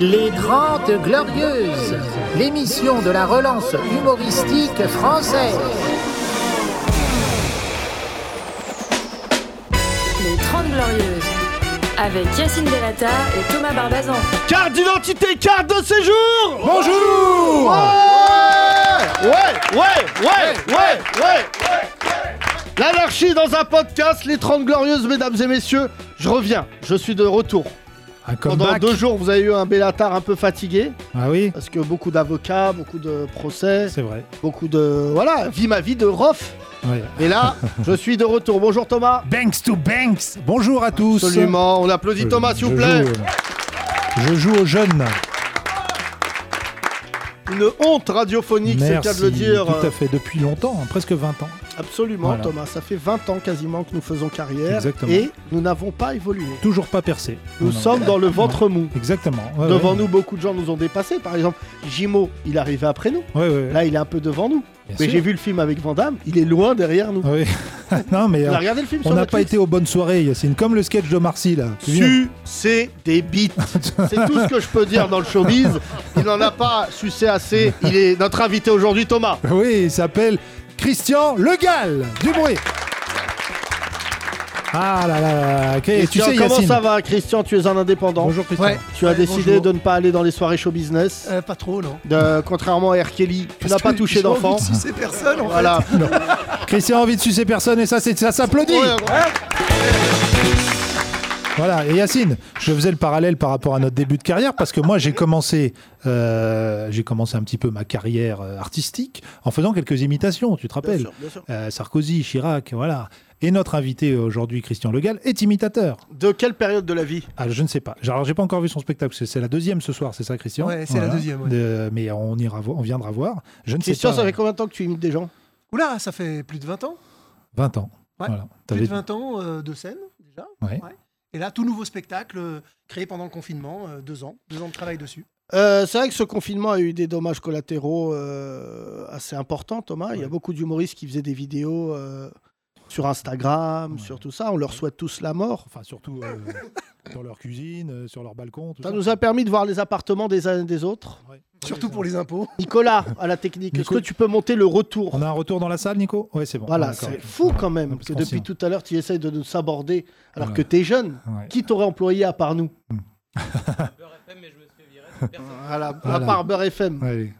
Les Grandes Glorieuses, l'émission de la relance humoristique française. Les 30 Glorieuses, avec Yacine Delata et Thomas Barbazan. Carte d'identité, carte de séjour Bonjour Ouais, ouais, ouais, ouais, ouais. L'anarchie dans un podcast, les 30 glorieuses, mesdames et messieurs. Je reviens, je suis de retour. Un Pendant comeback deux jours, vous avez eu un Bellatar un peu fatigué, Ah oui, parce que beaucoup d'avocats, beaucoup de procès, c'est vrai. beaucoup de... Voilà, vis ma vie de rof. Ouais. Et là, je suis de retour. Bonjour Thomas. Banks to Banks Bonjour à tous Absolument, on applaudit Je- Thomas, s'il vous je plaît. joue, euh, Je joue aux jeunes. Une honte radiophonique, c'est le Merci, cas de le dire. tout à fait, depuis longtemps, hein, presque 20 ans. Absolument, Voilà. Thomas. Ça fait 20 ans quasiment que nous faisons carrière Exactement. et nous n'avons pas évolué. Toujours pas percé. Nous Non, non. sommes dans le ventre mou. Exactement. ouais, Devant ouais. nous, beaucoup de gens nous ont dépassés. Par exemple, Jimo, il arrivait après nous. Ouais, ouais, ouais. Là, il est un peu devant nous. Bien Mais sûr. j'ai vu le film avec Van Damme, il est loin derrière nous. Ah oui. non, mais On euh, a regardé le film on sur n'a pas Netflix été aux bonnes soirées, Yacine. Comme le sketch de Marcy, là. Tu viens Sucer des bites. C'est tout ce que je peux dire dans le showbiz. Il n'en a pas sucé assez. Il est notre invité aujourd'hui, Thomas. Oui, il s'appelle Christian Legal. Du bruit. Ah là là là. là. Ok, et tu Christian, sais, comment Yacine. ça va, Christian Tu es un indépendant. Bonjour, Christian. Ouais. Tu as Ouais, décidé bonjour. de ne pas aller dans les soirées show business. Euh, pas trop, non. De- contrairement à R. Kelly, tu n'as pas touché d'enfant. Si c'est personne, en Voilà. Christian a envie de sucer personne et ça, c'est ça s'applaudit. Ouais, ouais. Voilà, et Yacine, je faisais le parallèle par rapport à notre début de carrière parce que moi j'ai commencé, euh, j'ai commencé un petit peu ma carrière euh, artistique en faisant quelques imitations, tu te rappelles Euh, Sarkozy, Chirac, voilà. Et notre invité aujourd'hui, Christian Legal, est imitateur. De quelle période de la vie Ah, je ne sais pas. Alors, j'ai pas encore vu son spectacle. C'est- C'est la deuxième ce soir, c'est ça, Christian Ouais, c'est la deuxième, ouais. De- mais on ira, vo- on viendra voir. Je ne sais Christian, pas. ça fait combien de temps que tu imites des gens Oula, ça fait plus de 20 ans. 20 ans. Ouais, Voilà. Plus T'avais- de 20 ans euh, de scène, déjà. Ouais. Ouais. Et là, tout nouveau spectacle euh, créé pendant le confinement, euh, deux ans. Deux ans de travail dessus. Euh, C'est vrai que ce confinement a eu des dommages collatéraux euh, assez importants, Thomas. Il y a beaucoup d'humoristes qui faisaient des vidéos euh, sur Instagram, sur tout ça. On leur souhaite tous la mort. Enfin, surtout euh, dans leur cuisine, euh, sur leur balcon. Tout Ça ça. nous a permis de voir les appartements des uns et des autres. Ouais. Surtout pour les impôts. Nicolas, à la technique, est-ce Nico- que tu peux monter le retour On a un retour dans la salle, Nico Ouais, c'est bon. Voilà, Ouais, d'accord. c'est fou quand Ouais, même parce que qu'on depuis s'y- tout à l'heure, tu essayes de nous saborder alors Voilà. que t'es jeune. Ouais. Hmm. Qui t'aurait employé à part nous Voilà, à Voilà. part Beurre FM. Allez.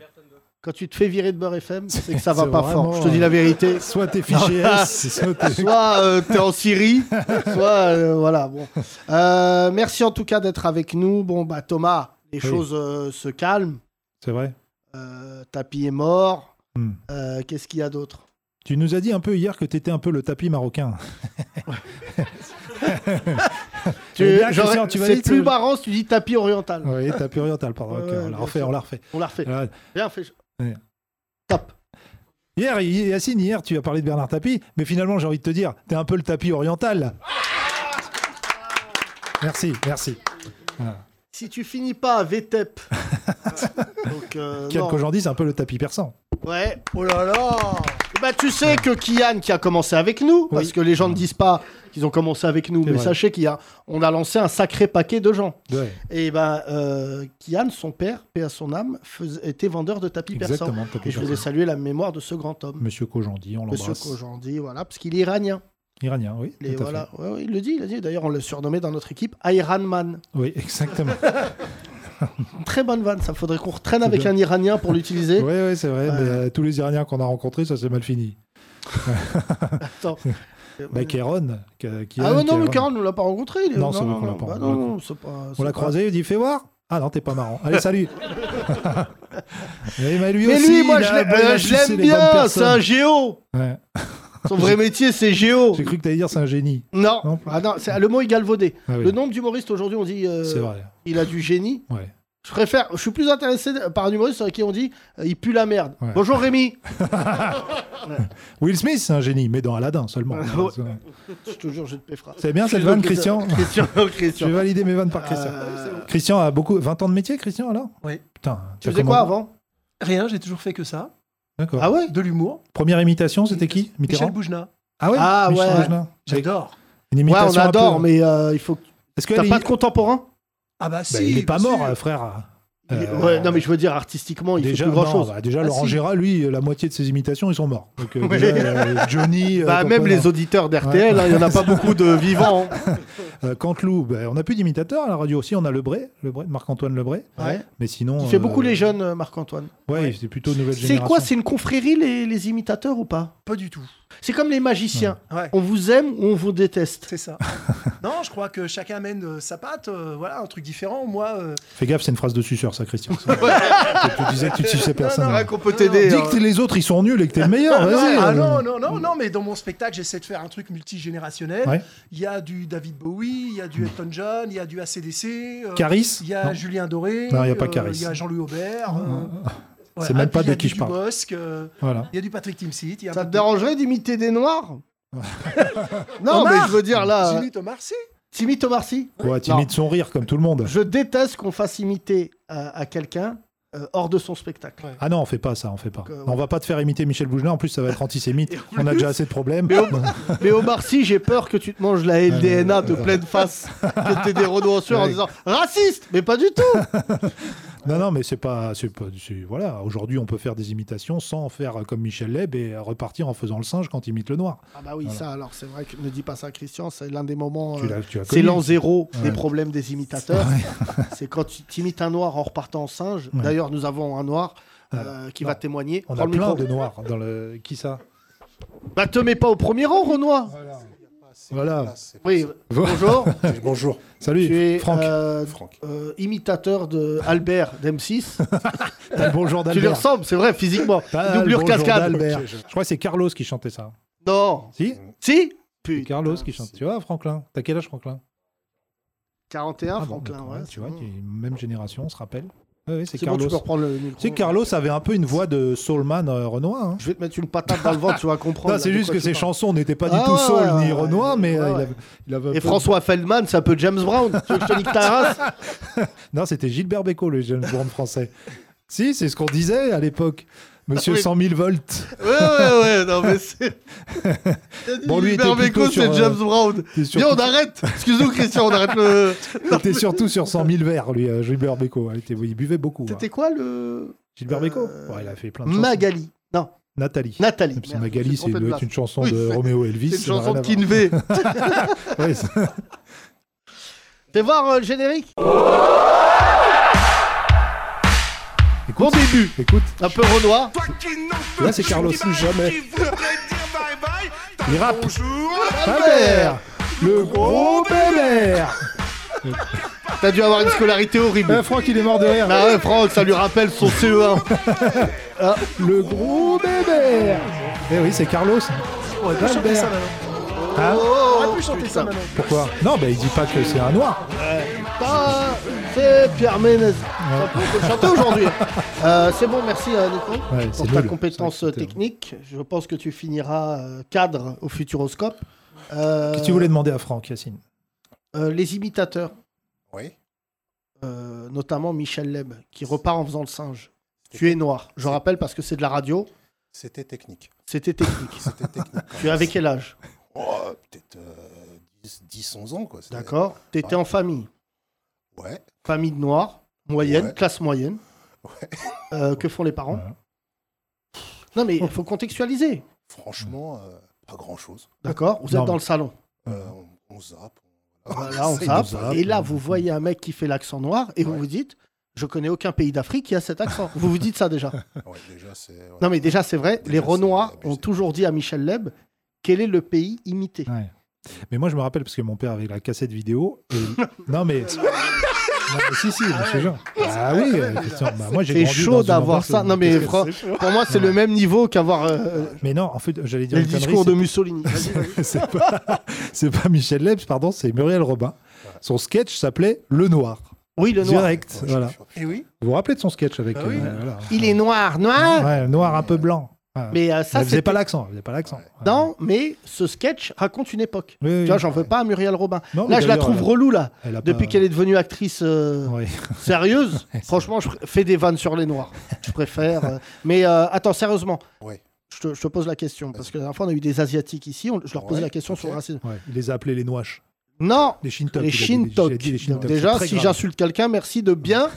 Quand tu te fais virer de Beurre FM, c'est que ça va c'est pas vraiment, euh, fort. Je te dis la vérité. Soit t'es fiché S, soit t'es- Soit euh, t'es en Syrie, soit euh, voilà. Bon. Euh, merci en tout cas d'être avec nous. Bon bah Thomas, les Oui. choses euh, se calment. C'est vrai. Euh, Tapi est mort. Hmm. Euh, Qu'est-ce qu'il y a d'autre Tu nous as dit un peu hier que t'étais un peu le tapis marocain. Tu- Eh bien, j'aurais- Christian, tu vas C'est vite, plus euh, marrant si tu dis tapis oriental. Oui, tapis oriental, pardon. Ouais, Ok, ouais, on la bien refait, sûr. on la refait. On l'a refait. Voilà. Bien fait. Ouais. Top. Hier, Yacine, hier, tu as parlé de Bernard Tapie, mais finalement, j'ai envie de te dire, t'es un peu le tapis oriental. Ah. Merci, merci. Si tu finis pas à VTEP. Donc, euh, non. Quelques gens disent un peu le tapis persan. Ouais. Oh là là Eh ben, tu sais que Kian qui a commencé avec nous, parce que les gens ne disent pas qu'ils ont commencé avec nous, C'est mais vrai. sachez qu'il y a, on a lancé un sacré paquet de gens. Ouais, Et ben, euh, Kian, son père, paix à son âme, fais- était vendeur de tapis persans. exactement. tapis Et je persan. voulais saluer la mémoire de ce grand homme, Monsieur Kojandi, on Monsieur l'embrasse. Kojandi, voilà, parce qu'il est iranien. Iranien, oui. Il, est- tout à voilà, ouais, ouais, il le dit, il le dit. D'ailleurs, on le surnommait dans notre équipe Iran Man. fait. Oui, exactement. Très bonne vanne, ça faudrait qu'on retraîne avec bien. un Iranien pour l'utiliser. Oui, oui, c'est vrai. Ouais. mais, euh, tous les Iraniens qu'on a rencontrés, ça s'est mal fini. Attends. Bah, Kéron, K- Kian, Euh, ah ouais, non, Kéron. mais Karan, on ne l'a pas rencontré. il est- Non, c'est vrai qu'on l'a non, pas bah rencontré. non, non, c'est pas- On c'est l'a pas- croisé, il dit fais voir. Ah non, t'es pas marrant. Allez, salut. mais, mais lui Mais aussi, lui, moi, il je a- l'ai- il a euh, je sucé l'aime les bonnes bien, c'est personnes. un géo. Ouais. Son vrai métier, c'est géo. J'ai cru que t'allais dire c'est un génie. Non, Non. Ah non, c'est- le mot est galvaudé. Ah oui, Le nombre d'humoristes aujourd'hui, on dit euh, C'est vrai. il a du génie. Ouais. Je préfère, je suis plus intéressé par un humoriste à qui on dit euh, il pue la merde. Ouais. Bonjour Rémi. Will Smith, c'est un génie, mais dans Aladdin seulement. Ah, euh, Ouais. je te jure, je te pèfera. C'est bien cette Je- vanne, Christian. Christian, Je Christian. vais valider mes vannes par Christian. Euh, Christian a beaucoup. 20 ans de métier, Christian, alors Oui. Putain. tu t'as faisais comment- quoi avant Rien, j'ai toujours fait que ça. D'accord. Ah ouais De l'humour. Première imitation, c'était qui Mitterrand Michel Boujna. Ah ouais Ah Michel ouais. Boujna. Avec J'adore. Une Ouais, imitation. on un peu- adore, mais euh, il faut. que- Est-ce T'as qu'elle pas est- de contemporain Ah bah si. Bah, il n'est bien pas mort, sûr. euh, frère. Il est- Euh, ouais, non, mais je veux dire, artistiquement, il déjà, fait plus grand non, chose. bah, déjà, Laurent si. Gérard, lui, la moitié de ses imitations, ils sont morts. Donc, euh, déjà, euh, Johnny. euh, Bah, Coppola, même les auditeurs d'RTL, hein, il n'y en a pas beaucoup de vivants. hein. euh, Canteloup, bah, on n'a plus d'imitateurs à la radio aussi. On a Lebré, Lebré Marc-Antoine Lebré. Ouais. Mais sinon. Il fait euh, beaucoup les jeunes, euh, Marc-Antoine. Ouais, c'est plutôt nouvelle C'est génération. quoi C'est une confrérie, les, les imitateurs ou pas Pas du tout. C'est comme les magiciens. Ouais. On vous aime ou on vous déteste C'est ça. non, je crois que chacun amène euh, sa patte, euh, voilà, un truc différent. Moi, euh, Fais gaffe, c'est une phrase de suceur, ça, Christian. Ça, tu disais que tu suçais personne. C'est vrai qu'on peut Dis t'aider. hein. que t'es- les autres, ils sont nuls et que t'es le meilleur. vas-y. ah non, Euh, non, non, non, mais dans mon spectacle, j'essaie de faire un truc multigénérationnel. Ouais. Il y a du David Bowie, il y a du Elton John, il y a du ACDC, euh, Caris il y a Non. Julien Doré, Non, il y a pas euh, Caris. il y a Jean-Louis Aubert. euh, voilà. C'est même Puis pas il y a de qui du je parle. Dubosc, euh, Voilà. il y a du Patrick Timsit, il y a Ça te dérangerait d'imiter des noirs Non, Omar mais je veux dire là, Jimmy Thomas, si. hein. Timmy Tomarcy, Ouais, timide son rire, comme tout le monde. je déteste qu'on fasse imiter à, à quelqu'un euh, hors de son spectacle. Ah non, on fait pas ça, on fait pas. Donc, euh, On va pas te faire imiter Michel Bougelin, en plus ça va être antisémite. on a déjà assez de problèmes. Mais Omar Sy, j'ai peur que tu te manges la LDNA de pleine face, que t'aies des renonceurs en Ah, Ouais. disant raciste, mais pas du tout. Non, non, mais c'est pas, c'est pas- c'est- voilà. Aujourd'hui, on peut faire des imitations sans faire comme Michel Leb et repartir en faisant le singe quand il imite le noir. Ah bah oui, ça alors c'est vrai que ne dis pas ça, Christian, c'est l'un des moments. Tu euh, l'as- tu as C'est connu. l'an zéro Ouais. des problèmes des imitateurs. C'est quand tu t'imites un noir en repartant en singe. Ouais. D'ailleurs, nous avons un noir euh, qui va Non. témoigner. On Prends a le plein micro. de noirs dans le qui ça Bah, te mets pas au premier rang, Renoir. Voilà. Oui, bonjour. Bonjour. Salut, tu es Franck. euh, Franck. euh, imitateur de Albert d'M6. T'as le bonjour tu lui d'Albert. ressembles, c'est vrai, physiquement. T'as le Doublure bonjour cascade. d'Albert. Je crois que c'est Carlos qui chantait ça. Non. Si Si C'est Putain. Carlos qui chante. Tu vois, Franklin. T'as quel âge, Franklin 41, Ah bon, Franklin. d'accord, ouais, ouais, c'est tu vois, bon. qui est même génération, on se rappelle. Ouais, ouais, c'est C'est bon, tu Carlos. peux reprendre le micro. Tu sais, Carlos avait un peu une voix de Soulman euh, Renoir. hein. Je vais te mettre une patate dans le ventre, tu vas comprendre. Non, là, c'est de juste quoi que je ses parle. chansons n'étaient pas Ah du tout ouais, soul ouais, ni ouais, Renoir, ouais, mais ouais, ouais. euh, il avait, il avait un Et peu- François Feldman, c'est un peu James Brown. tu veux que je te nique ta race Non, c'était Gilbert Bécaud, le jeune Brown français. si, c'est ce qu'on disait à l'époque. Monsieur Ah Oui. 100 000 volts. Ouais, ouais, ouais, non, mais c'est. Bon, lui, il Gilbert était plutôt Bécaud, sur, c'est euh, James Brown. T'es Viens, surtout, on arrête. Excuse-nous, Christian, on arrête le. t'es surtout sur 100 000 verres, lui, euh, Gilbert Bécaud. hein. Il, était- il buvait beaucoup. hein. C'était quoi le. Gilbert euh, Bécaud Ouais, Il a fait plein de chansons. Magali. Non, Nathalie. Nathalie. Parce que Merde, je me Magali, suis c'est trompé de doit place. être une chanson Oui, de c'est- Roméo Elvis. C'est une ça n'a chanson de rien à Kinvé. voir. Ouais, c'est- Fais voir euh, le générique Bon Écoute, début, écoute, un peu Renoir. là c'est Carlos. Jamais. Il rappe. Albert Le gros bébert. T'as dû avoir une scolarité horrible. Euh, Franck, il est mort de rire. Bah ouais, Franck, ça lui rappelle son E CE1. Le gros bébé Eh oui, c'est Carlos. On aurait pu chanter ça maintenant. Hein On Oh, aurait pu chanter ça maintenant. Pourquoi Non, bah il dit pas que c'est un noir. Pas- C'est Pierre Ménez. Ça peut- on peut chanter aujourd'hui. Euh, c'est bon, merci euh, Nico Ouais, c'est pour ta nul. compétence C'est vrai que c'était- technique. Je pense que tu finiras euh, cadre au Futuroscope. Euh, Qu'est-ce que tu voulais demander à Franck, Yacine euh, Les imitateurs, Oui. euh, notamment Michel Leb, qui repart en faisant le singe. Tu es noir. Je rappelle parce que c'est de la radio. C'était technique. C'était technique. C'était technique. tu avais quel âge Oh, peut-être euh, 10, 10, 11 ans, quoi. C'est- D'accord. Tu étais en famille. Ouais. Famille de noirs, moyenne, Ouais. classe moyenne. Ouais. Euh, que font les parents Ouais. Non, mais il faut contextualiser. Franchement, Hmm. euh, pas grand-chose. D'accord Vous êtes Non, dans mais- le salon. Euh, on, on zappe. Voilà, on Ah, C'est- zappe. Hmm. zappe. Et là, vous voyez un mec qui fait l'accent noir et vous Ouais. vous dites Je connais aucun pays d'Afrique qui a cet accent. vous vous dites ça déjà. Ouais, déjà, c'est. ouais. Non, mais déjà, c'est vrai, Déjà, les c'est Renois abusé. ont toujours dit à Michel Leb Quel est le pays imité Mais moi, je me rappelle parce que mon père avait la cassette vidéo. et- non, mais. Non, mais si, si, je te jure. Ah oui, euh, Christian. Bah, moi, j'ai C'est grandi dans chaud une d'avoir ambiance- ça. Non, mais fran- pour moi, c'est le même niveau qu'avoir euh, Mais non, en fait, j'allais dire les une connerie, discours c'est- de Mussolini. Vas-y, vas-y. c'est pas, c'est pas Michel Lebs, pardon, c'est Muriel Robin. Son sketch s'appelait Le Noir. Oui, le noir. Direct, Ouais, je- voilà. je- Eh oui. Vous vous rappelez de son sketch avec Bah oui. euh, voilà. Ah Il est noir, noir. Ouais, noir un peu blanc. Mais euh, Ça, Ah. ça, elle faisait c'est pas l'accent, elle faisait pas l'accent. Non, mais ce sketch raconte une époque. Oui, oui, Tu vois, oui. j'en veux pas à Muriel Robin. Non, Oh, mais Là, je la d'ailleurs, trouve elle- relou, là. elle a Depuis pas- qu'elle est devenue actrice euh, Ouais. sérieuse, Ouais, c'est franchement, je pr- fais des vannes sur les noirs. Je préfère. euh, Mais euh, attends, sérieusement. Ouais. Je te, je te pose la question, parce que la dernière fois, on a eu des Asiatiques ici, on- je leur posais Ouais, la question sur ok. le racisme. Ouais, il les a appelés les noiches. Non Les Shintok. les Shintok. Donc Déjà, si j'insulte j'insulte quelqu'un, merci de bien.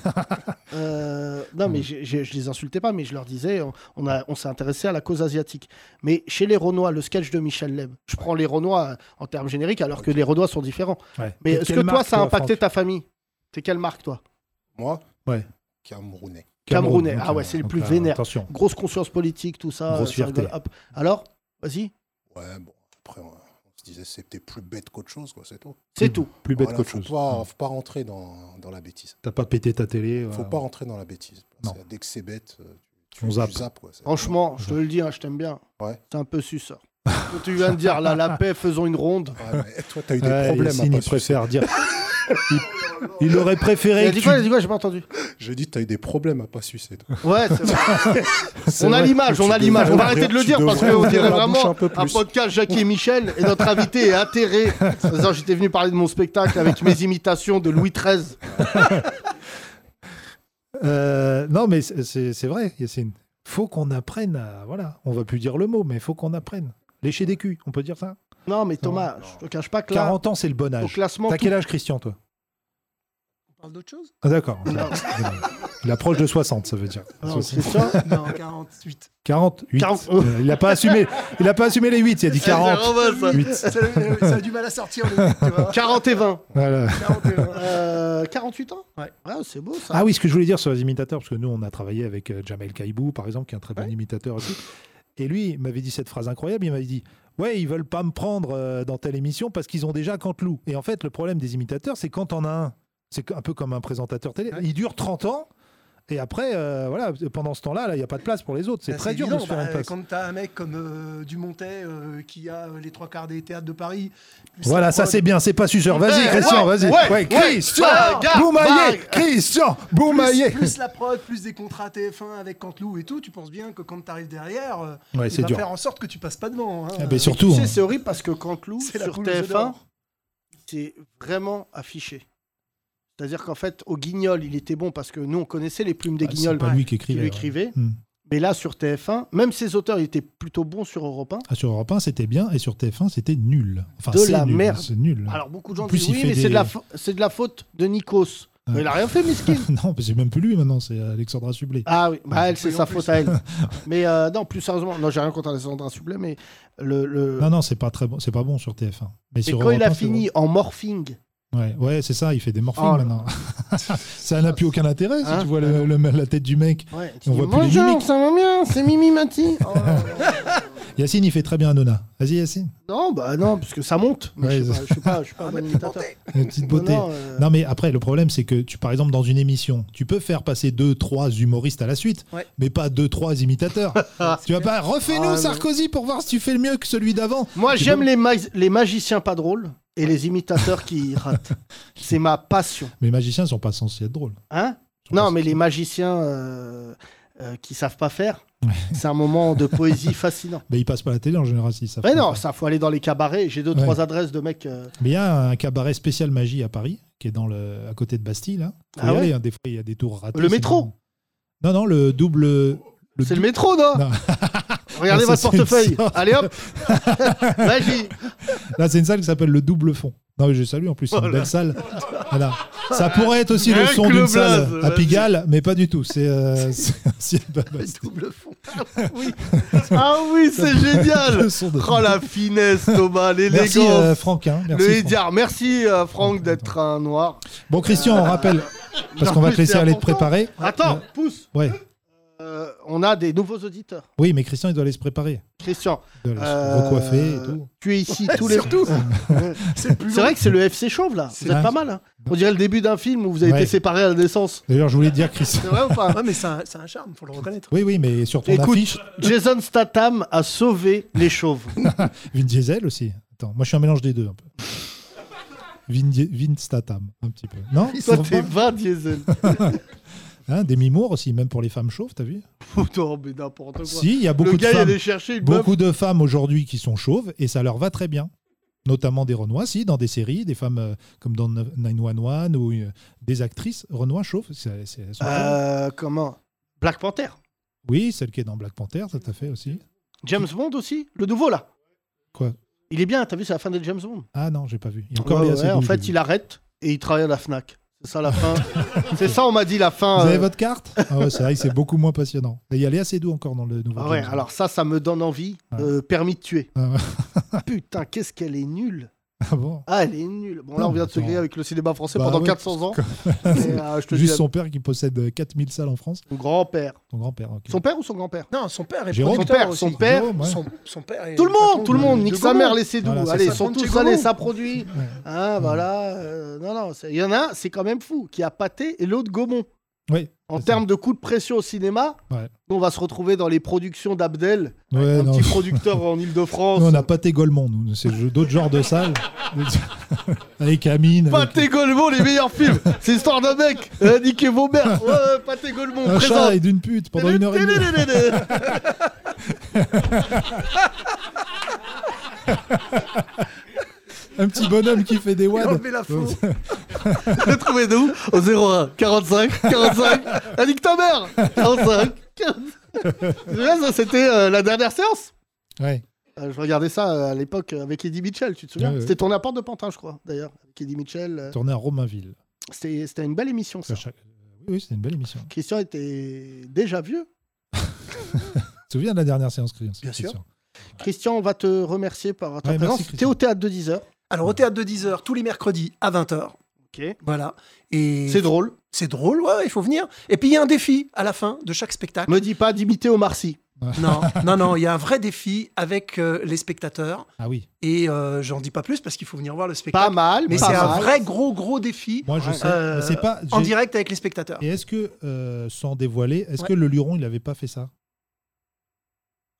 Euh, non, mais j'ai- j'ai- je les insultais pas, mais je leur disais, on, on a- on s'est intéressé à la cause asiatique. Mais chez les Renois, le sketch de Michel Leb, je prends les Renois euh, en termes génériques, alors que les Renois sont différents. Mais est-ce que toi, ça a impacté ta famille T'es quelle marque, toi Moi Ouais. Camerounais. Camerounais. Ah ouais, c'est le plus vénère. euh, Attention. Grosse conscience politique, tout ça. Grosse euh, ça fierté. rigole, hop. Alors, vas-y, Ouais, bon, après, on, on se disait c'était plus bête qu'autre chose, quoi, c'est tout. c'est tout. Plus bête Voilà, qu'autre faut chose. Hmm. Pas, faut pas rentrer dans, dans la bêtise. T'as pas pété ta télé. euh, Faut voilà. pas rentrer dans la bêtise. Non. C'est- Dès que c'est bête, euh, tu, On tu zappe. zappes, quoi. C'est- Franchement, je te le dis, hein, je t'aime bien. Ouais. T'es un peu suceur. tu viens de dire, là, la paix, faisons une ronde. Ouais, mais toi, t'as eu des Ouais, problèmes. à Yacine, pas il sucer. préfère dire. Il, il aurait Il préféré. a que dit tu- quoi, il a dit quoi, j'ai pas entendu. J'ai dit, t'as eu des problèmes à pas sucer. toi. Ouais, c'est vrai. C'est On a vrai. l'image, on a devrais- l'image. On va tu arrêter de le devrais dire parce ouvrir qu'on la dirait bouche vraiment un peu un plus. podcast Jackie et Michel et notre invité est atterré. C'est-à-dire, J'étais venu parler de mon spectacle avec mes imitations de Louis XIII. Euh, non, mais c'est- c'est c'est vrai, Yacine. Faut qu'on apprenne à. Voilà, on va plus dire le mot, mais faut qu'on apprenne. Lécher des culs, on peut dire ça Non, mais Thomas, je te cache pas que là, 40 ans, c'est le bon au âge. classement, T'as tout- quel âge, Christian, toi On parle d'autre chose ah, D'accord. Il approche de 60, ça veut dire. Non, 60. Christian, Non, 48. 48. 40. Euh, il n'a pas assumé. Il a pas assumé les 8, il a dit 40. Ça, ça a du mal à sortir, le mec, tu vois. 40 et 20. Voilà. Euh, 48 ans Ouais. c'est beau ça. Ah oui, ce que je voulais dire sur les imitateurs, parce que nous, on a travaillé avec euh, Jamel Kaibou, par exemple, qui est un très bon imitateur aussi. Et lui, il m'avait dit cette phrase incroyable. Il m'avait dit Ouais, ils veulent pas me prendre euh, dans telle émission parce qu'ils ont déjà Canteloup. Et en fait, le problème des imitateurs, c'est quand on a un. C'est un peu comme un présentateur télé. Il dure 30 ans. Et après, euh, voilà, pendant ce temps-là, là, il n'y a pas de place pour les autres. C'est Bah, très dur de évident, se faire bah, une place. Quand t'as un mec comme euh, Dumontet euh, qui a euh, les trois quarts des théâtres de Paris. plus Voilà, la ça prod- c'est bien, c'est pas suceur. Vas-y, Ouais, Christian, ouais, vas-y. ouais, Eh, Ouais, Bah, Christian bagarre, Boumaillé bagarre. Christian plus, Boumaillé plus la prod, plus des contrats TF1 avec Canteloup et tout, tu penses bien que quand t'arrives derrière, euh, Ouais, il c'est va dur. faire en sorte que tu passes pas devant. hein. Ah, Euh, mais Tu surtout, sais, hein. c'est horrible parce que Canteloup, C'est la sur poule aux œufs TF1, d'or. c'est vraiment affiché. C'est-à-dire qu'en fait, au Guignol, il était bon parce que nous, on connaissait les plumes des Ah, c'est Guignols pas lui qui qui écrivait. lui ouais. écrivait. Hmm. Mais là, sur TF1, même ses auteurs, ils étaient plutôt bons sur Europe 1. Ah, sur Europe 1, c'était bien, et sur TF1, c'était nul. Enfin, De c'est la nul, merde. C'est nul. Alors, beaucoup de En gens plus, disent il oui, fait mais c'est des- de, la fa- c'est de la faute de Nikos. Mais il a rien fait, Miskin. non, mais c'est même plus lui maintenant, c'est Alexandra Sublé. Ah oui, bah elle, c'est Oui, en sa plus. faute à elle. mais euh, non, plus sérieusement, non, j'ai rien contre Alessandra Sublet, mais le. le... Non, non, c'est pas très bon, c'est pas bon sur TF1. Mais Et sur quand il Europe 1, a c'est fini en morphing, bon. Ouais, ouais, c'est ça, il fait des morphines Oh là maintenant. ça n'a plus aucun intérêt si Hein tu vois le- le- la tête du mec. ouais, On voit plus les Bonjour, mimiques. ça va bien, c'est Mimi Mati. Oh, Yacine, il fait très bien Anona. Vas-y, Yacine, non, bah non, parce que ça monte. Mais Ouais, je sais pas- je ça- suis pas, je suis pas un bon imitateur. une petite beauté. Non, non, euh, Non, mais après, le problème, c'est que tu, par exemple, dans une émission, tu peux faire passer deux, trois humoristes à la suite, Ouais. mais pas deux, trois imitateurs. tu vas pas refais-nous Ah, mais- Sarkozy pour voir si tu fais le mieux que celui d'avant. Moi, Tu j'aime peux- les, ma- les magiciens pas drôles et les imitateurs qui ratent. C'est ma passion. Mais les magiciens sont pas censés être drôles. Hein Ils sont pas Non, mais censés- les magiciens euh, euh, qui savent pas faire, c'est un moment de poésie fascinant. Mais ils passent pas la télé en général si ça. Mais fait non, ça. ça faut aller dans les cabarets. J'ai deux Ouais. trois adresses de mecs. euh, Mais il y a un cabaret spécial magie à Paris, qui est dans le, à côté de Bastille. Là. Faut Ah y ouais aller, hein. Des fois, il y a des tours ratés. Le c'est métro marrant. Non, non, le double. le C'est le dou- métro, non, Non. Regardez Non, votre ça, c'est une portefeuille. sorte. Allez hop, magie. Là, c'est une salle qui s'appelle le double fond. Non, mais je salue en plus, c'est une Voilà. belle salle. Voilà. Ça pourrait être aussi le Rien son que d'une le salle blaze, à vas-y. Pigalle, mais pas du tout. C'est euh, c'est- c'est- Double fond. Ah oui, Ah oui, c'est génial. le son de- Oh la finesse, Thomas, Merci l'élégance. euh, Franck. hein. Merci, le Franck. Hédiard, merci euh, Franck d'être un noir. Bon, Christian, on rappelle, parce Non, qu'on va mais te laisser c'est aller te important. préparer. Attends, Euh, pousse. Ouais. Euh, on a des nouveaux auditeurs. Oui, mais Christian, il doit aller se préparer. Christian, Il doit aller euh, se recoiffer et tout. tu es ici tous les Surtout, c'est plus C'est vrai que c'est le FC Chauve là. Vous êtes vrai. pas mal. hein. On dirait le début d'un film où vous avez Ouais. été séparés à la naissance. D'ailleurs, je voulais te dire, Christian. C'est vrai ou pas Ouais, mais c'est un, c'est un charme, faut le reconnaître. Oui, oui, mais sur ton Écoute, affiche, Jason Statham a sauvé les chauves. Vin Diesel aussi. Attends, moi je suis un mélange des deux un peu. Vin, Die- Vin Statham, un petit peu. Non Toi, ça t'es va 20 Diesel. pas Hein, Demi Moore aussi, même pour les femmes chauves, t'as vu Putain, mais n'importe quoi. Si, il y a beaucoup le de gars, il femmes. allait chercher une meuf. Beaucoup de femmes aujourd'hui qui sont chauves et ça leur va très bien. Notamment des Renois, si, dans des séries, des femmes euh, comme dans 911 ou euh, des actrices Renois chauves. c'est- c'est- elles sont chauves. Euh, comment Black Panther. Oui, celle qui est dans Black Panther, ça t'a fait aussi. James Bond aussi Le nouveau là Quoi Il est bien, t'as vu, c'est la fin des James Bond. Ah non, j'ai pas vu. Il est encore Ouais, bien, ouais, c'est en cool, fait, j'ai vu. il arrête et il travaille à la Fnac. C'est ça la fin. c'est ça, on m'a dit la fin. Vous avez euh, votre carte Ah ouais, c'est vrai que c'est beaucoup moins passionnant. Et Il y a Léa Seydoux encore dans le nouveau. Ah ouais, James Bond. alors ça, ça me donne envie. Ouais. Euh, permis de tuer. Ah ouais. Putain, qu'est-ce qu'elle est nulle. Ah bon Ah, elle est nulle. Bon, là, Non, on vient de se attends. griller avec le cinéma français Bah pendant ouais, 400 ans. Et, euh, je te dis, Juste là, son père qui possède euh, 4000 salles en France. son grand-père. Ton grand-père. ok. Son père ou son grand-père Non, son père est Jérôme. Son producteur père, aussi. son père. Jérôme, ouais. Son, son père est Tout le patron monde, tout le de- monde, de nique sa Gaumont. mère, laissez nous. Voilà, c'est Allez, ça. ils sont Patron de tous chez allés, Gaumont. ça produit. Hein, voilà. euh, non, non, c'est- il y en a un, c'est quand même fou, qui a pâté et l'autre Gaumont. Oui. En c'est ça. termes de coup de pression au cinéma, Ouais. nous, on va se retrouver dans les productions d'Abdel, Ouais, un Euh, non. petit producteur en Ile-de-France. Nous, on a pâté Golemont, nous. C'est d'autres genres de salles. avec Amine. avec- Pâté Gaumont, les meilleurs films C'est l'histoire d'un mec euh, Niquez vos mères ouais, ouais, Pâté Gaumont, Un présent chat et d'une pute pendant une heure et demie. Un petit bonhomme qui fait des Il a wads. enlevé la faux. Le trouvez-nous au 01 45 45 La nique ta mère 45 Là, ça, c'était euh, la dernière séance Ouais. Euh, je regardais ça euh, à l'époque euh, avec Eddie Mitchell, tu te souviens Ouais, ouais. C'était ton apport de Pantin, je crois, d'ailleurs. Avec Eddie Mitchell, euh, Tourné à Romainville. c'était c'était une belle émission, ça. À chaque- Oui, oui, c'était une belle émission. Christian était déjà vieux. Tu te souviens de la dernière séance Bien sûr. Christian, on va te remercier par ta Ouais, merci, présence. Christian. T'es au théâtre de 10h. Alors, au théâtre de 10h, tous les mercredis à 20h. Ok. Voilà. Et C'est drôle. C'est drôle, ouais, il faut venir. Et puis, il y a un défi à la fin de chaque spectacle. Me dis pas d'imiter Omar Sy. Non, non, non, il y a un vrai défi avec euh, les spectateurs. Ah oui. Et euh, j'en dis pas plus parce qu'il faut venir voir le Pas spectacle. mal, Mais pas c'est un mal. vrai gros, gros défi Moi, je sais. Euh, c'est pas. en j'ai- direct avec les spectateurs. Et est-ce que, euh, sans dévoiler, est-ce Ah. Ouais. que le Luron, il avait pas fait ça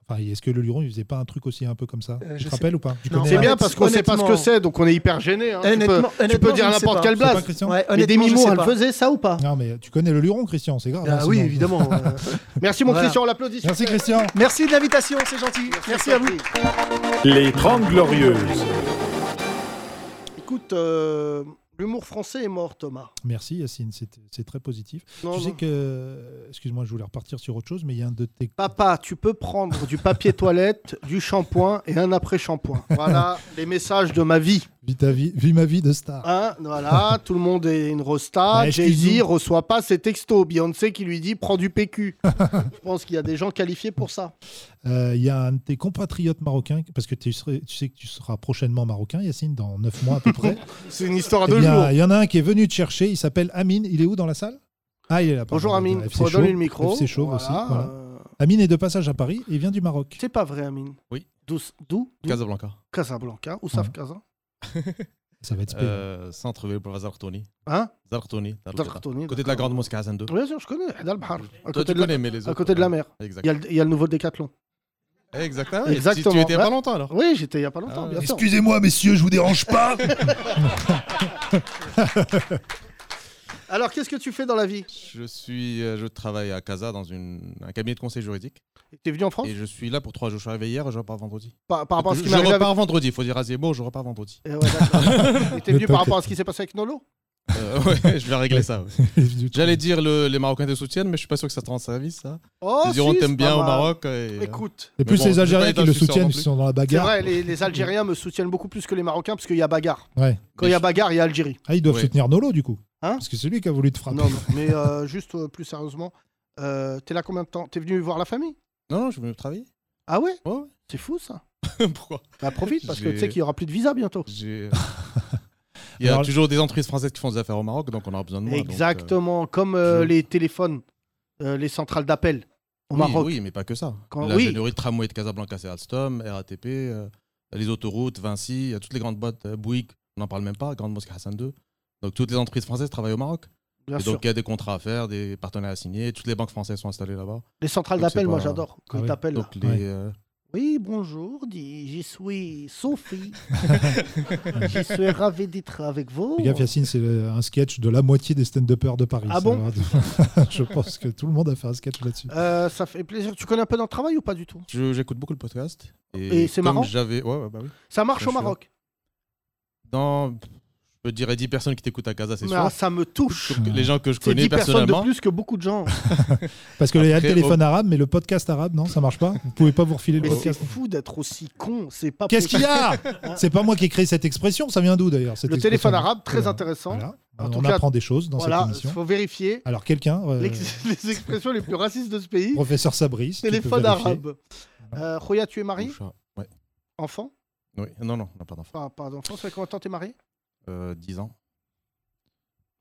Enfin, est-ce que le Luron, il faisait pas un truc aussi un peu comme ça Tu Euh, je te sais rappelles ou pas Tu Non. connais C'est la- bien parce qu'on sait pas ce que Honnêtement. c'est, donc on est hyper gêné. hein. Tu peux- Honnêtement- tu, peux, honnêtement, dire je ne sais n'importe pas. quelle C'est pas blague. Christian Ouais, Mais honnêtement, je Demi-Moore, sais elle pas. faisait ça ou pas Non, mais tu connais le Luron, Christian, c'est grave. Ah hein, bah oui, sinon- euh, évidemment. euh. Merci mon Voilà. Christian, on l'applaudit. Merci, Christian. Merci de l'invitation, c'est gentil. Merci à vous. Les 30 Glorieuses. Écoute, euh, l'humour français est mort, Thomas. Merci, Yacine, c'est c'est très positif. Non, tu sais non. que. euh, Excuse-moi, je voulais repartir sur autre chose, mais il y a un de tes. Papa, tu peux prendre du papier toilette, du shampoing et un après-shampoing. Voilà les messages de ma vie. Vis, ta vie, vis ma vie de star. Hein, voilà, tout le monde est une rosta. Bah, Jay-Z excuse-nous. reçoit pas ses textos. Beyoncé qui lui dit prends du PQ. Je pense qu'il y a des gens qualifiés pour ça. Euh, Il y a un de tes compatriotes marocains, parce que tu, serais- tu sais que tu seras prochainement marocain, Yacine, dans 9 mois à peu près. C'est une histoire Eh de bien, jours. Il y en a un qui est venu te chercher, il s'appelle Amine. Il est où dans la salle Ah, il est là. pardon. Bonjour Amine, FC on Chauve, donne le micro. FC Chauve Voilà, aussi, voilà. euh, Amine est de passage à Paris et il vient du Maroc. C'est pas vrai Amine. Oui. D'où d'où- d'où Casablanca. Casablanca, où savent Casa Ça va être spé. Euh, centre-ville pour Zartoni. Hein Zartoni. Dar al-Qutb. Tartoni, Côté de la grande mosquée Hassan II. Bien sûr, je connais, Haddal Bahar, à Toi, côté tu de la- connais, mais les autres. hein. à côté de la ouais. mer. Il y, Exactement. a le, il y a le nouveau décathlon. Exactement. Exactement. Tu étais Ouais. pas longtemps alors. Oui, j'étais il y a pas longtemps, Ah, bien sûr. Excusez-moi, messieurs, je vous dérange pas. Alors, qu'est-ce que tu fais dans la vie Je, suis, euh, je travaille à Casa dans une, un cabinet de conseil juridique. T'es venu en France Et je suis là pour trois jours. Je suis arrivé hier et je repars vendredi. par, par rapport à ce je qui je Ah, m'est arrivé repars avec... vendredi. Il faut dire à Zemmour, je repars vendredi. Eh ouais, d'accord. Et T'es Le venu par paquet. rapport à ce qui s'est passé avec Nolo Euh, ouais, je vais régler ça. ouais. J'allais dire le, les Marocains te soutiennent, mais je suis pas sûr que ça te rende service. Ça. Oh, Ils diront si, t'aimes c'est bien pas au mal. Maroc. Et, euh, Écoute, Et Mais plus bon, je les vais Algériens pas qui le être insultant soutiennent, non qui plus. sont dans la c'est bagarre. vrai, les, les Algériens me soutiennent beaucoup plus que les Marocains parce qu'il y a bagarre. Ouais. Quand il y a bagarre, il y a Algérie. Ah, ils doivent Ouais. soutenir Nolo du coup. Hein parce que c'est lui qui a voulu te frapper. Non, non, mais euh, juste euh, plus sérieusement, euh, t'es là combien de temps T'es venu voir la famille euh. Non, non, je vais travailler. Ah ouais Ouais, ouais. C'est fou ça. Pourquoi Bah profite parce que J'ai- tu sais qu'il y aura plus de visa bientôt. J'ai- Il y a Alors- toujours des entreprises françaises qui font des affaires au Maroc, donc on aura besoin de moi. donc, euh, Exactement, comme euh, je- les téléphones, euh, les centrales d'appel au oui, Maroc. Oui, mais pas que ça. Quand- La oui. de tramway de Casablanca, c'est Alstom, RATP, euh, les autoroutes, Vinci, il y a toutes les grandes boîtes, euh, Bouygues, on n'en parle même pas, Grande Mosquée Hassan II. Donc toutes les entreprises françaises travaillent au Maroc. Bien Et sûr. donc il y a des contrats à faire, des partenaires à signer, toutes les banques françaises sont installées là-bas. Les centrales donc c'est d'appel, moi pas- j'adore. Quand Ah ils oui. t'appellent. là. Donc les, Ouais. euh, Oui, bonjour, dis, j'y suis Sophie. j'y suis ravi d'être avec vous. Fais gaffe, Yacine, c'est le- un sketch de la moitié des stand-uppers de Paris. Ah ça bon va. Je pense que tout le monde a fait un sketch là-dessus. Euh, ça fait plaisir. Tu connais un peu dans le travail ou pas du tout je- j'écoute beaucoup le podcast. Et c'est comme marrant J'avais, ouais, ouais, bah oui. Ça marche Bien au sûr. Maroc. Dans, peux te dire, et 10 personnes qui t'écoutent à casa, c'est Mais sûr. ah, ça me touche. Sauf que Les gens que je C'est connais 10 personnes de personnellement. plus que beaucoup de gens. Parce que il y a le Après, téléphone arabe, mais le podcast arabe, non, ça marche pas. Vous pouvez pas vous refiler le Mais c'est podcast. fou d'être aussi con. C'est pas Qu'est-ce possible. qu'il y a C'est pas moi qui ai créé cette expression, ça vient d'où d'ailleurs cette Le téléphone expression arabe, très Voilà. intéressant. hein. Voilà. En On tout cas, apprend des choses dans Voilà, cette il émission. faut vérifier Alors quelqu'un, euh, l'ex- les expressions les plus racistes de ce pays. professeur Sabri, si tu peux Téléphone vérifier. arabe. Euh, Roya, tu es marié Bouchard. Ouais. Enfant Oui. Non, non, on n'a pas d'enfants. Enfin, pas d'enfant. Ça fait combien de temps t'es marié Euh, 10 ans.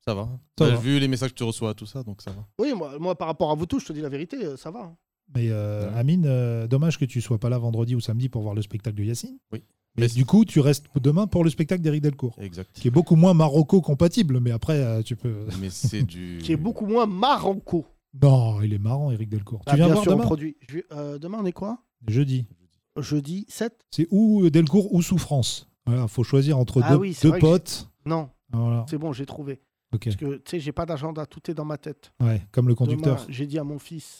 Ça va. Ça va. Bah, J'ai vu les messages que tu reçois, tout ça, donc ça va. Oui, moi, moi, par rapport à vous tous, je te dis la vérité, euh, ça va. hein. Mais euh, Ouais. Amine, euh, dommage que tu sois pas là vendredi ou samedi pour voir le spectacle de Yacine. Oui. Mais Mais du coup, tu restes demain pour le spectacle d'Éric Delcourt, Exact. qui est beaucoup moins Marocco-compatible. Mais après, euh, tu peux. Mais c'est du. Qui est Hmm. beaucoup moins maranco. Non, il est marrant, Éric Delcourt. Ah, tu viens bien voir sûr, on demain produit. Je vais- euh, demain, on est quoi Jeudi. Jeudi 7 C'est ou Delcourt ou Souffrance. Voilà, faut choisir entre Ah deux, oui, c'est deux vrai que potes. Non, Voilà. c'est bon, j'ai trouvé. Ok. Parce que, tu sais, j'ai pas d'agenda, tout est dans ma tête. Ouais, comme le Demain, conducteur. J'ai dit à mon fils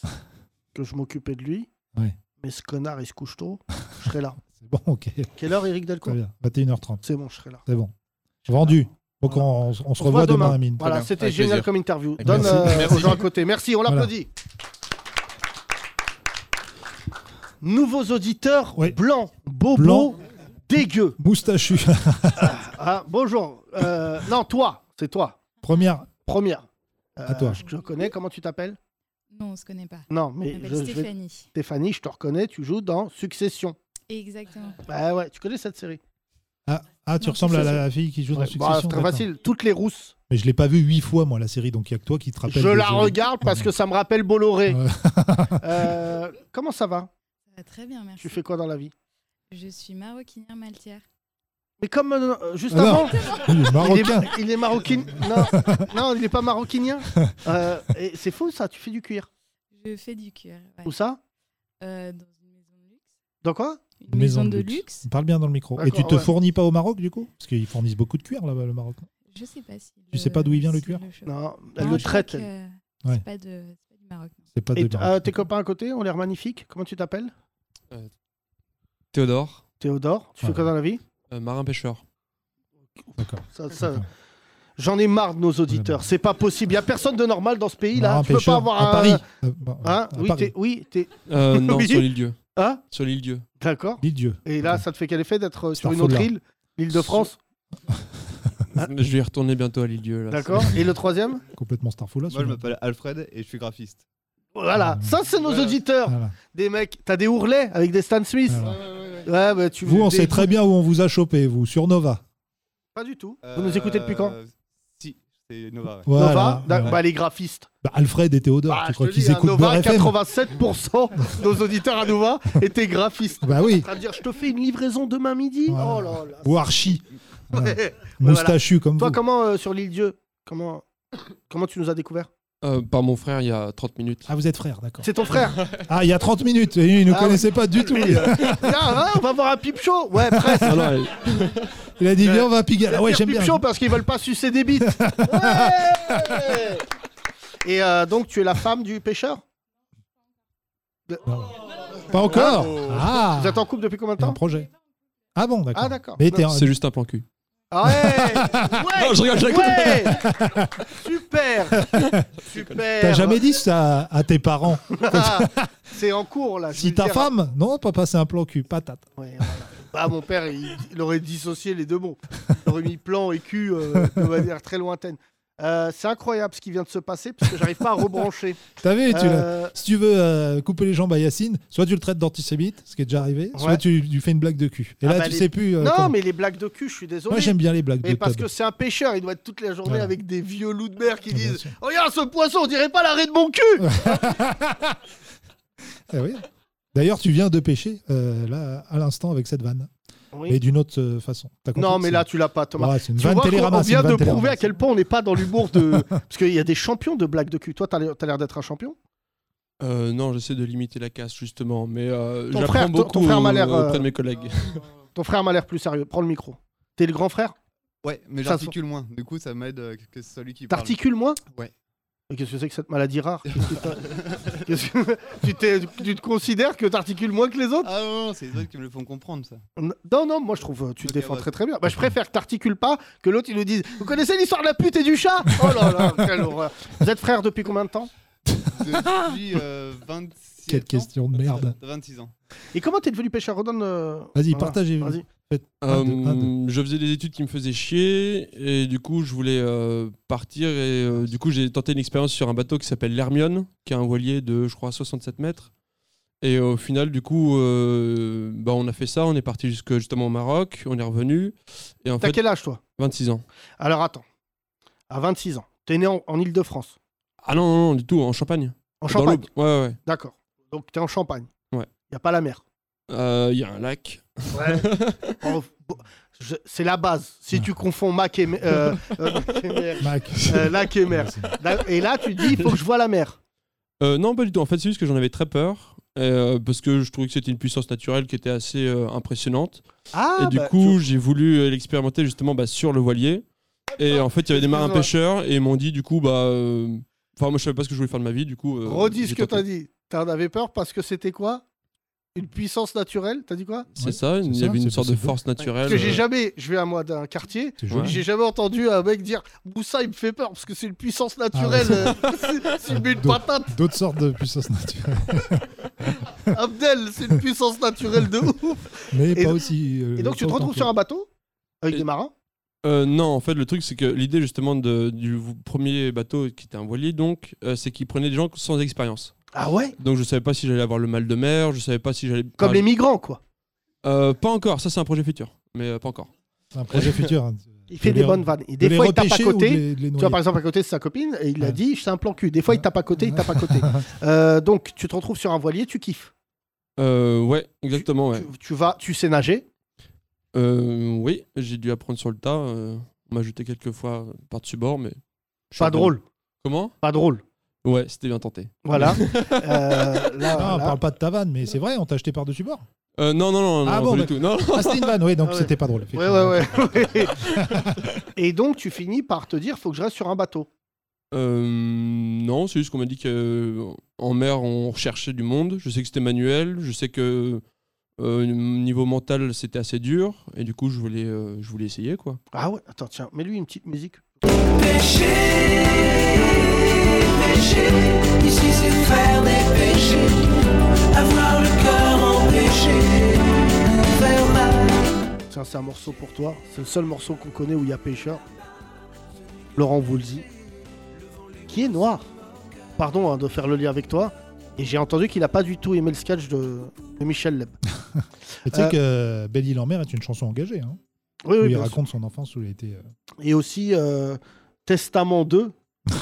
que je m'occupais de lui. Ouais. Mais ce connard, il se couche tôt. Je serai là. C'est bon, ok. Quelle heure, Eric Très Delcourt bien. 21h30. C'est bon, je serai là. C'est bon. Vendu. Donc Voilà. on, on se revoit demain, Amine. Voilà, bien. c'était Avec génial plaisir. comme interview. Avec Donne plaisir. euh, Merci. aux gens à côté. Merci, on Voilà. l'applaudit. Nouveaux auditeurs Ouais. blancs, bobos, Blanc. dégueux. Moustachu. Ah, bonjour. Euh, non, toi, c'est toi. Première. Première. Euh, À toi. Je te connais, comment tu t'appelles Non, on se connaît pas. Non, Je mais m'appelle je- je vais- Stéphanie. Stéphanie, je te reconnais, tu joues dans Succession. Exactement. Bah ouais, tu connais cette série. Ah, ah, tu Non, ressembles à la, Succession. la fille qui joue dans Ouais, bah, Succession. c'est très d'accord. facile, toutes les rousses. Mais je l'ai pas vue huit fois, moi, la série. Donc il y a que toi qui te rappelles. Je des la jeux. regarde parce que ça me rappelle Bolloré. Ouais. Euh, comment ça va Ça va très bien, merci. Tu fais quoi dans la vie Je suis maroquinière maltière. Mais comme euh, juste Ah non, avant, Il est il est, marocain. il est marocain. Non, non, il n'est pas maroquinien. Euh, et c'est faux ça, tu fais du cuir. Je fais du cuir. ouais. Où ça Euh, dans une maison de luxe. Dans quoi Une maison, de luxe. Parle bien dans le micro. Et D'accord, tu te ouais. fournis pas au Maroc, du coup Parce qu'ils fournissent beaucoup de cuir, là-bas, le Maroc. Je sais pas si. Tu sais pas d'où il vient, le si cuir chauffe. Non, elle Non, le je crois traite. que, elle. euh, Ouais. C'est pas, de- c'est pas du Maroc. non. C'est pas Et de euh, tes copains à côté, on l'air magnifique. Comment tu t'appelles Théodore, Théodore, tu fais Ouais. quoi dans la vie euh, marin-pêcheur. D'accord. Ça- ça- D'accord. J'en ai marre de nos auditeurs. C'est pas possible. Il y a personne de normal dans ce pays là. Marin Tu peux pêcheur pas avoir à un- Paris. Euh, bah, Hein à oui, Paris. t'es- oui, t'es. Euh, non, Oui. sur l'île Dieu. Hein Sur l'île Dieu. D'accord. L'île Dieu. Et là, Ok. ça te fait quel effet d'être euh, sur Star une autre Follard. île L'île de France, Je vais y retourner bientôt à l'île Dieu. là. Ah. d'accord Et le troisième Complètement starfou là. Moi, je celui-là. m'appelle Alfred et je suis graphiste. Voilà, ça c'est nos auditeurs. Voilà. Des mecs, t'as des ourlets avec des Stan Smith. Voilà. Ouais, bah, tu Vous, on des- sait très bien où on vous a chopé, vous, sur Nova. Pas du tout. Vous Euh, nous écoutez depuis Euh, quand Si, c'est Nova. ouais. Voilà. Nova Voilà. D'ac- Bah, les graphistes. Bah, Alfred et Théodore, Bah, tu je te crois qu'ils dis, hein, écoutent Nova, Beurre FM 87% de nos auditeurs à Nova étaient graphistes. Bah oui. C'est-à-dire, je te fais une livraison demain midi Voilà. Oh là là. Ou Archie, Ouais. moustachu comme Toi, vous. comment euh, sur l'île Dieu comment... comment tu nous as découvert Euh, par mon frère il y a 30 minutes. Ah, vous êtes frères, d'accord. C'est ton frère Ah, il y a 30 minutes, et il ne nous Ah connaissait pas du tout. Mais, euh, Viens, hein, on va voir un pipe show. Ouais, presque. Ah non, elle- Il a dit, viens, on va pigaler. Ah ouais, Faire j'aime pipe bien. show parce qu'ils veulent pas sucer des bites. Ouais. Et euh, donc, tu es la femme du pêcheur Pas encore Ah Vous êtes en couple depuis combien de Il y a un temps projet. Ah bon, d'accord. Ah, d'accord. Mais t'es en- c'est juste un plan cul. Ah Ouais, Non, je rigole, je rigole. ouais, Super Super T'as jamais dit ça à tes parents Ah, C'est en cours, là. je vais Si le ta dire. femme Non, papa, c'est un plan cul, patate. Ouais, voilà. Bah, mon père, il, il aurait dissocié les deux mots. Il aurait mis plan et cul euh, de manière très lointaine. Euh, c'est incroyable ce qui vient de se passer parce que j'arrive pas à rebrancher. T'as vu tu l'as- Euh, Si tu veux euh, couper les jambes à Yacine, soit tu le traites d'antisémite, ce qui est déjà arrivé, soit Ouais. tu lui fais une blague de cul. Et Ah là, bah, tu les- sais plus. euh, non, comment. mais les blagues de cul, je suis désolé. Moi, j'aime bien les blagues mais de parce Todd. que c'est un pêcheur, il doit être toute la journée Voilà. avec des vieux loups de mer qui Ah, bien disent sûr. Regarde ce poisson, on dirait pas l'arrêt de mon cul Eh oui. D'ailleurs, tu viens de pêcher, euh, là, à l'instant, avec cette vanne. Oui. Mais d'une autre euh, façon. T'as compris Non, que mais c'est- là, tu l'as pas, Thomas. Ouais, c'est une Tu vanne vois qu'on- Télérama, on c'est une vient de vanne Télérama. prouver à quel point on n'est pas dans l'humour de. Parce qu'il y a des champions de blagues de cul. Toi, t'as l'air t'as l'air d'être un champion Euh, non, j'essaie de limiter la casse justement, mais euh, Ton j'apprends frère- ton- ton beaucoup frère m'a au- l'air, euh, auprès de mes collègues. Ton frère m'a l'air plus sérieux. Prends le micro. T'es le grand frère Ouais, mais Ça euh, se- j'articule moins. Du coup, ça m'aide que celui qui T'articules moins Ouais. Mais Qu'est-ce que c'est que cette maladie rare Qu'est-ce que t'as- Qu'est-ce que- tu, t'es- tu te considères que tu articules moins que les autres Ah non, non, c'est les autres qui me le font comprendre, ça. Non, non, moi je trouve euh, tu te défends bah- très très bien. Bah, je préfère que t'articules pas que l'autre il nous dise Vous connaissez l'histoire de la pute et du chat Oh là là, quelle horreur Vous êtes frères depuis combien de temps Depuis euh, 26 Quelle question de merde. 26 ans. Et comment t'es devenu pêcheur redonne euh, Vas-y, voilà. partagez. Vas-y. Faites un, deux, un, deux. Euh, je faisais des études qui me faisaient chier et du coup je voulais euh, partir et euh, du coup j'ai tenté une expérience sur un bateau qui s'appelle l'Hermione qui a un voilier de je crois 67 mètres et au final du coup euh, bah, on a fait ça on est parti jusque justement au Maroc on est revenu et en T'as fait quel âge toi 26 ans Alors attends, à 26 ans, t'es né en, île Ile-de-France, ah non, non non du tout en Champagne En Dans Champagne l'Aube. ouais ouais, ouais d'accord. Donc t'es en Champagne, Ouais. y a pas la mer. Euh, il y a un lac Oh, bon, je- c'est la base. Si tu confonds Mac et, mer- euh, euh, Mac et mer, Mac. euh, lac et mer. Da- Et là tu dis il faut que je vois la mer. Euh, non, pas du tout. En fait, c'est juste que j'en avais très peur. euh, parce que je trouvais que c'était une puissance naturelle qui était assez euh, impressionnante. Ah, et du bah, coup, j'ai voulu euh, l'expérimenter justement bah, sur le voilier. Et en fait, il y avait des marins Excuse-moi. pêcheurs et ils m'ont dit du coup, bah. euh, Enfin, moi, je savais pas ce que je voulais faire de ma vie, du coup. euh, Redis ce j'ai que tenté. t'as dit. T'en avais peur parce que c'était quoi Une puissance naturelle T'as dit quoi C'est ça, il y avait une sorte de force naturelle. Parce que j'ai euh, jamais, je vais à moi d'un quartier, C'est joli. j'ai jamais entendu un mec dire Boussa il me fait peur parce que c'est une puissance naturelle. Ah euh, S'il met une patate, D'autres sortes de puissance naturelle. Abdel, c'est une puissance naturelle de ouf. Mais Et- pas aussi. euh, Et donc tu pas te autant retrouves que- sur un bateau avec des marins Euh, non, en fait, le truc, c'est que l'idée, justement, de- du premier bateau qui était un voilier, donc, euh, c'est qu'ils prenaient des gens sans expérience. Ah ouais Donc, je savais pas si j'allais avoir le mal de mer, je savais pas si j'allais. Comme les migrants quoi. Euh, Pas encore, ça, c'est un projet futur, mais euh, pas encore. C'est un projet futur. hein. Il De fait des les- bonnes vannes. Et de des les fois, il tape à repêcher ou de côté. les- de les tu vois, noyer. par exemple, à côté, c'est sa copine, et il a dit c'est un plan cul. Des fois, il tape à côté, il tape à côté. Euh, donc, tu te retrouves sur un voilier, tu kiffes. Euh, ouais, exactement, ouais. Tu vas, tu sais nager. Euh, oui, j'ai dû apprendre sur le tas. euh, on m'a jeté quelques fois par-dessus bord, mais. je suis Pas revenu. drôle. Comment Pas drôle. Ouais, c'était bien tenté. Voilà. Euh, non, on parle pas de ta vanne, mais c'est vrai, on t'a acheté par-dessus bord. Euh, non, non, non, ah non, bon, pas du bah- tout. Non, Ah, c'était une vanne, oui, donc Ah ouais. c'était pas drôle. Ouais, ouais, ouais. ouais. et donc, tu finis par te dire faut que je reste sur un bateau. Euh, non, c'est juste qu'on m'a dit qu'en mer, on recherchait du monde. Je sais que c'était manuel. Je sais que euh, niveau mental, c'était assez dur. Et du coup, je voulais, euh, je voulais essayer, quoi. Ah ouais, attends, tiens, mets-lui une petite musique. Ici c'est faire des péchés, avoir le cœur empêché, faire mal. Tiens, c'est un morceau pour toi. C'est le seul morceau qu'on connaît où il y a pêcheur. Laurent Voulzy. Qui est noir. Pardon hein, de faire le lien avec toi. Et j'ai entendu qu'il a pas du tout aimé le sketch de, de Michel Leb. Mais Tu sais Euh. que Belle Île en Mer est une chanson engagée. Hein, Oui, où oui, il bien raconte son enfance où il a été. euh, Et aussi euh, Testament 2.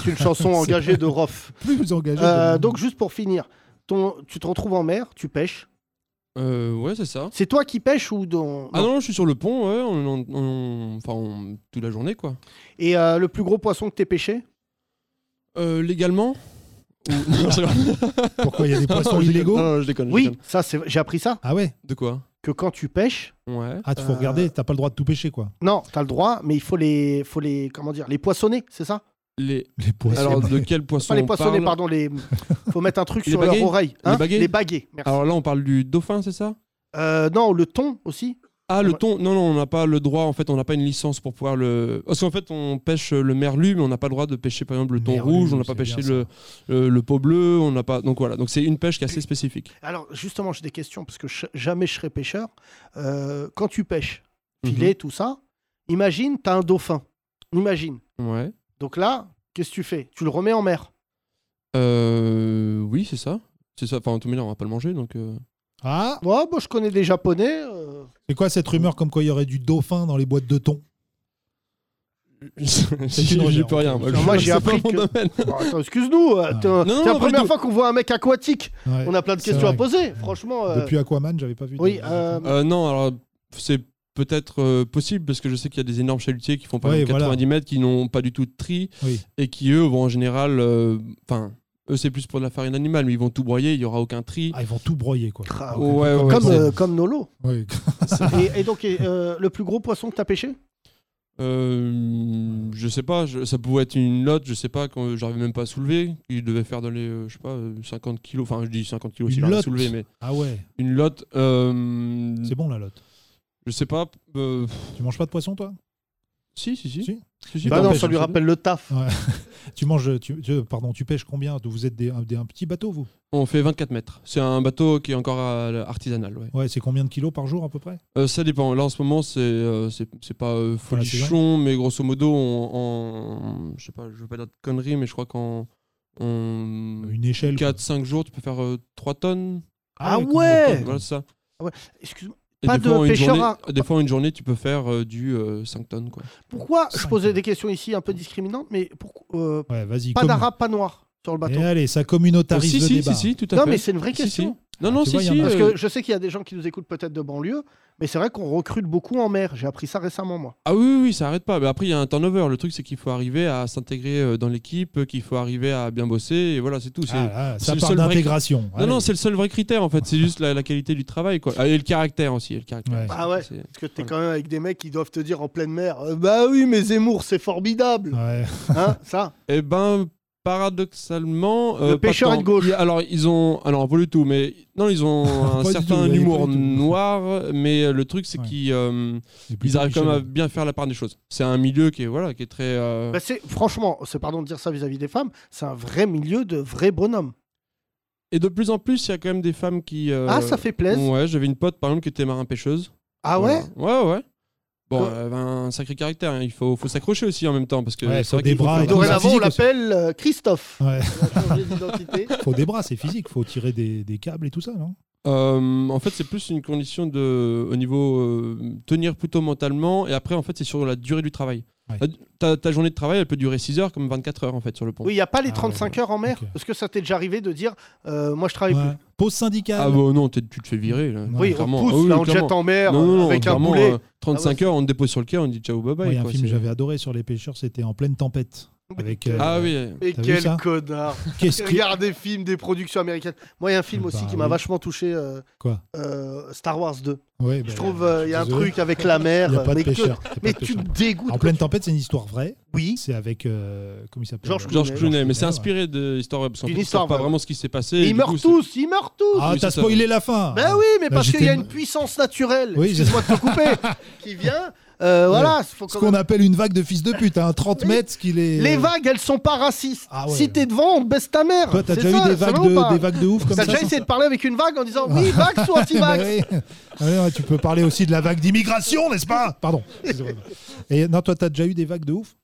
C'est une chanson C'est engagée pas- de Roff. Plus engagée. Euh, de- donc juste pour finir, ton, tu te retrouves en mer, tu pêches. Euh, ouais, c'est ça. C'est toi qui pêches ou dans... Ah non, je suis sur le pont, ouais, on- on- on- enfin, on- toute la journée, quoi. Et euh, le plus gros poisson que t'aies pêché Euh, légalement Ou- Non, c'est vrai. Pourquoi il y a des poissons Non, je déconne. illégaux Non, non, je déconne. je Oui, déconne. ça c'est- j'ai appris ça. Ah ouais De quoi Que quand tu pêches, Ouais. Ah, tu faut Euh, regarder, t'as pas le droit de tout pêcher, quoi. non, t'as le droit, mais il faut les, faut les, comment dire, les poissonner, c'est ça Les... Les poissons. Alors, de quel poisson Pas les on poissonner, parle pardon, les. Faut mettre un truc Les sur baguets leur oreille. hein Les Ah. baguets merci. Alors là, on parle du dauphin, c'est ça Euh, non, le thon aussi. Ah, le Ouais. thon Non, non, on n'a pas le droit, en fait, on n'a pas une licence pour pouvoir le. Parce qu'en fait, on pêche le merlu, mais on n'a pas le droit de pêcher, par exemple, le thon Merlu, rouge, on n'a c'est pas bien pêché ça. le, le, le pot bleu, on n'a pas. Donc voilà, donc c'est une pêche qui est assez spécifique. Alors, justement, j'ai des questions, parce que je- jamais je serai pêcheur. Euh, quand tu pêches, filet, tout ça, imagine, t'as un dauphin. Imagine. Ouais. Donc là, qu'est-ce que tu fais Tu le remets en mer. Euh, oui, c'est ça. C'est ça. Enfin, en tout cas, on va pas le manger, donc. euh, Ah Ouais, bah, je connais des Japonais. euh, C'est quoi cette rumeur comme quoi il y aurait du dauphin dans les boîtes de thon J'y une j'y rumeur, peux rien. Moi, Alors, moi, je- j'ai c'est pas appris mon que- domaine. Bon, bah, attends, excuse-nous. euh, t'es- non, non, c'est la pas première du fois qu'on voit un mec aquatique. Ouais, On a plein de c'est questions à vrai. poser. Franchement. euh, Depuis Aquaman, j'avais pas vu. de- Oui, euh, Euh, non, alors c'est peut-être euh, possible parce que je sais qu'il y a des énormes chalutiers qui font par Ouais, exemple voilà. 90 mètres qui n'ont pas du tout de tri Oui. et qui eux vont en général, euh, enfin eux c'est plus pour de la farine animale mais ils vont tout broyer, il y aura aucun tri. Ah, ils vont tout broyer, quoi. Ah, ouais, ouais, comme, c'est- euh, comme Nolo. Oui. Et, et donc, et, euh, le plus gros poisson que t'as pêché Euh, je sais pas, je- ça pouvait être une note, je sais pas, quand j'arrive même pas à soulever. Il devait faire dans les, euh, je sais pas, euh, 50 kilos. Enfin, je dis 50 kilos, Une s'il arrive à lotte. soulever, mais. Ah ouais. Une lotte. euh, C'est bon la lotte. Je sais pas. euh, Tu manges pas de poisson toi Si, si, si. Si, si, Bah bah, non, pêche, ça lui hein, rappelle le taf. tu manges, tu, tu- pardon, tu pêches combien Vous êtes des, un, des- un petit bateau vous On fait 24 mètres. C'est un bateau qui est encore à la- artisanal, ouais. Ouais, c'est combien de kilos par jour à peu près Euh, ça dépend. Là, en ce moment, c'est euh, c'est c'est pas la euh, saison. folichon, mais grosso modo, on, en- je sais pas, je veux pas dire de conneries, mais je crois qu'en en une échelle 4-5 jours, tu peux faire euh, 3 tonnes. Ah Ah ouais, ouais, quand même. Voilà c'est ça. Ah ouais. Excuse-moi. Et Pas des fois, en de une pêcheur journée- à- Des fois, en une journée, tu peux faire euh, du euh, 5 tonnes, quoi. Pourquoi je posais des questions ici un peu discriminantes, mais pourquoi euh, Ouais, vas-y. pas comme- d'arabe, pas noir sur le bateau Et Eh, allez, ça communautarise Oh, si, le si, débat. si, si, tout à Non, fait. mais c'est une vraie Si, question. Ah, si. Non, non, Tu vois, si, il y en a- si, Parce euh, que je sais qu'il y a des gens qui nous écoutent peut-être de banlieue, mais c'est vrai qu'on recrute beaucoup en mer. J'ai appris ça récemment, moi. Ah oui, oui, oui, ça arrête pas. Mais après, il y a un turnover. Le truc, c'est qu'il faut arriver à s'intégrer euh, dans l'équipe, euh, qu'il faut arriver à bien bosser. Et voilà, c'est tout. C'est- Ah là, c'est ça le parle seul vrai- d'intégration. Non, non, Allez. c'est le seul vrai critère, en fait. C'est juste la, la qualité du travail, quoi. Ah, Et le caractère aussi. et le caractère. Ah ouais, C'est- parce que t'es quand même avec des mecs qui doivent te dire en pleine mer euh, Bah oui, mais Zemmour, c'est formidable Hein, ça Eh ben, paradoxalement. euh, Le pas pêcheur tant. est de gauche. Il- Alors, ils ont. Alors, pas du tout, mais. Non, ils ont un Pas du certain tout, il y a humour pas du tout. noir, mais euh, le truc, c'est qu'ils euh, ils plutôt arrivent quand même à Michelin. bien faire la part des choses. C'est un milieu qui est, voilà, qui est très. euh, Bah, c'est- Franchement, c'est pardon de dire ça vis-à-vis des femmes, c'est un vrai milieu de vrais bonhommes. Et de plus en plus, il y a quand même des femmes qui. euh, Ah, ça fait plaisir. Ouais, j'avais une pote, par exemple, qui était marin-pêcheuse. Ah Voilà. ouais Ouais, ouais. Bon, elle avait un sacré caractère. hein. Il faut, faut s'accrocher aussi en même temps. Parce que Ouais, c'est faut vrai des qu'il faut bras faire- et tout. Dorénavant, on physique aussi. l'appelle euh, Christophe. Ouais. Il a changé d'identité. faut des bras, c'est physique. Faut tirer des, des câbles et tout ça, non Euh, en fait, c'est plus une condition de, au niveau euh, tenir plutôt mentalement, et après, en fait, c'est sur la durée du travail. La- Ta, ta journée de travail, elle peut durer 6 heures comme 24 heures en fait sur le pont. Oui, il n'y a pas les 35 heures en mer Parce que ça t'est déjà arrivé de dire euh, Moi, je travaille plus. euh, Pause syndicale. Ah bon, non, t'es- tu te fais virer. Là, Oui, on clairement. te pousse, Ah oui, là, on te clairement. jette en mer, Non, non, non, avec un clairement, boulet. Ah euh, 35 heures, on te dépose sur le quai, on te dit ciao, bye bye. Ouais, Il y a un quoi, film que c'est- j'avais adoré sur les pêcheurs, c'était en pleine tempête. Avec, euh, Ah oui. Et t'as vu quel ça connard Qu'est-ce Qui que- Regarde des films, des productions américaines. Moi, il y a un film aussi Bah qui m'a oui. vachement touché. euh, Quoi euh, Star Wars 2. Ouais, bah, je trouve euh, il y a un désolé. truc avec la mer. Il y a pas de mais que- pêcheur, il y a pas mais de tu pêcheur. me dégoûtes. En pleine tempête, c'est une histoire vraie. Ah Oui. C'est avec. euh, comment il s'appelle George George Clooney, mais c'est ouais. inspiré de l'histoire parce qu'en D'une fait, on histoire sait pas vraie. vraiment ce qui s'est passé. Mais et ils du meurent coup, c'est- tous, ils meurent tous. Ah, Oui, t'as c'est ça. spoilé la fin. Ben oui, mais Là, parce qu'il j'étais- y a une puissance naturelle. Oui, c'est- Excuse-moi de te couper. qui vient. Euh, voilà, Ouais. faut Ce quand qu'on même- appelle une vague de fils de pute, hein, 30 mètres, ce qu'il est. Les vagues, elles sont pas racistes. Ah ouais. Si t'es devant, on te baisse ta mère. Toi, t'as C'est déjà eu ça, des ça vagues va ou de- pas des vagues de ouf comme T'as ça, déjà ça essayé de parler avec une vague en disant oui, vague soit anti-vague. Bah oui. Ah ouais, ouais, tu peux parler aussi de la vague d'immigration, n'est-ce pas Pardon. Et non, toi, t'as déjà eu des vagues de ouf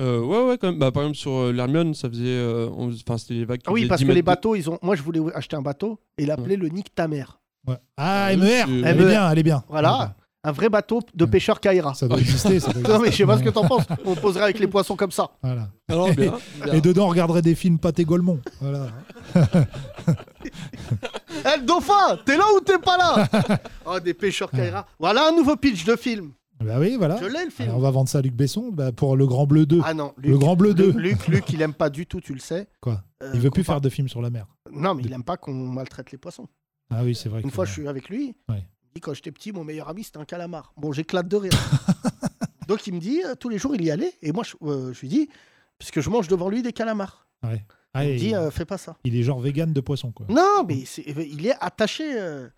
Euh, ouais, ouais, quand même. Bah, par exemple, sur euh, l'Hermione, ça faisait. euh, on- Enfin, c'était les vagues. qui Ah oui, faisaient parce 10 que les mètres de- bateaux, ils ont. Moi, je voulais acheter un bateau et l'appeler le Nick ta mère. Ah, Ouais, MER c'est- Elle est MER. bien, elle est bien. E Ah, bah, Voilà. Un vrai bateau de pêcheur Kaira. Ça doit exister, ça doit Non, mais je sais pas ce que exister. t'en penses. On poserait avec les poissons comme ça. Voilà. Alors, bien, et, bien. et dedans, on regarderait des films Pâté Golemont. Voilà. Eh, le dauphin, t'es là ou t'es pas là Oh, des pêcheurs Kaira. Voilà un nouveau pitch de film. bah oui, voilà. Je l'ai, le film. Alors, on va vendre ça à Luc Besson bah, pour Le Grand Bleu 2. Ah non, Luc, Le Grand Bleu 2. Luc, Luc, il aime pas du tout, tu le sais. Quoi Euh, Il veut plus qu'on faire de films sur la mer. Non, mais il aime pas qu'on maltraite les poissons. Ah oui, c'est vrai. Une que- fois, je suis avec lui. Ouais. Il dit, quand j'étais petit, mon meilleur ami, c'était un calamar. Bon, j'éclate de rire. Donc, il me dit, euh, tous les jours, il y allait. Et moi, je, euh, je lui dis, parce que je mange devant lui des calamars. Ouais. Ah, il me et- dit, euh, fais pas ça. Il est genre vegan de poisson, quoi. Non, mais c'est- euh, il est attaché. euh,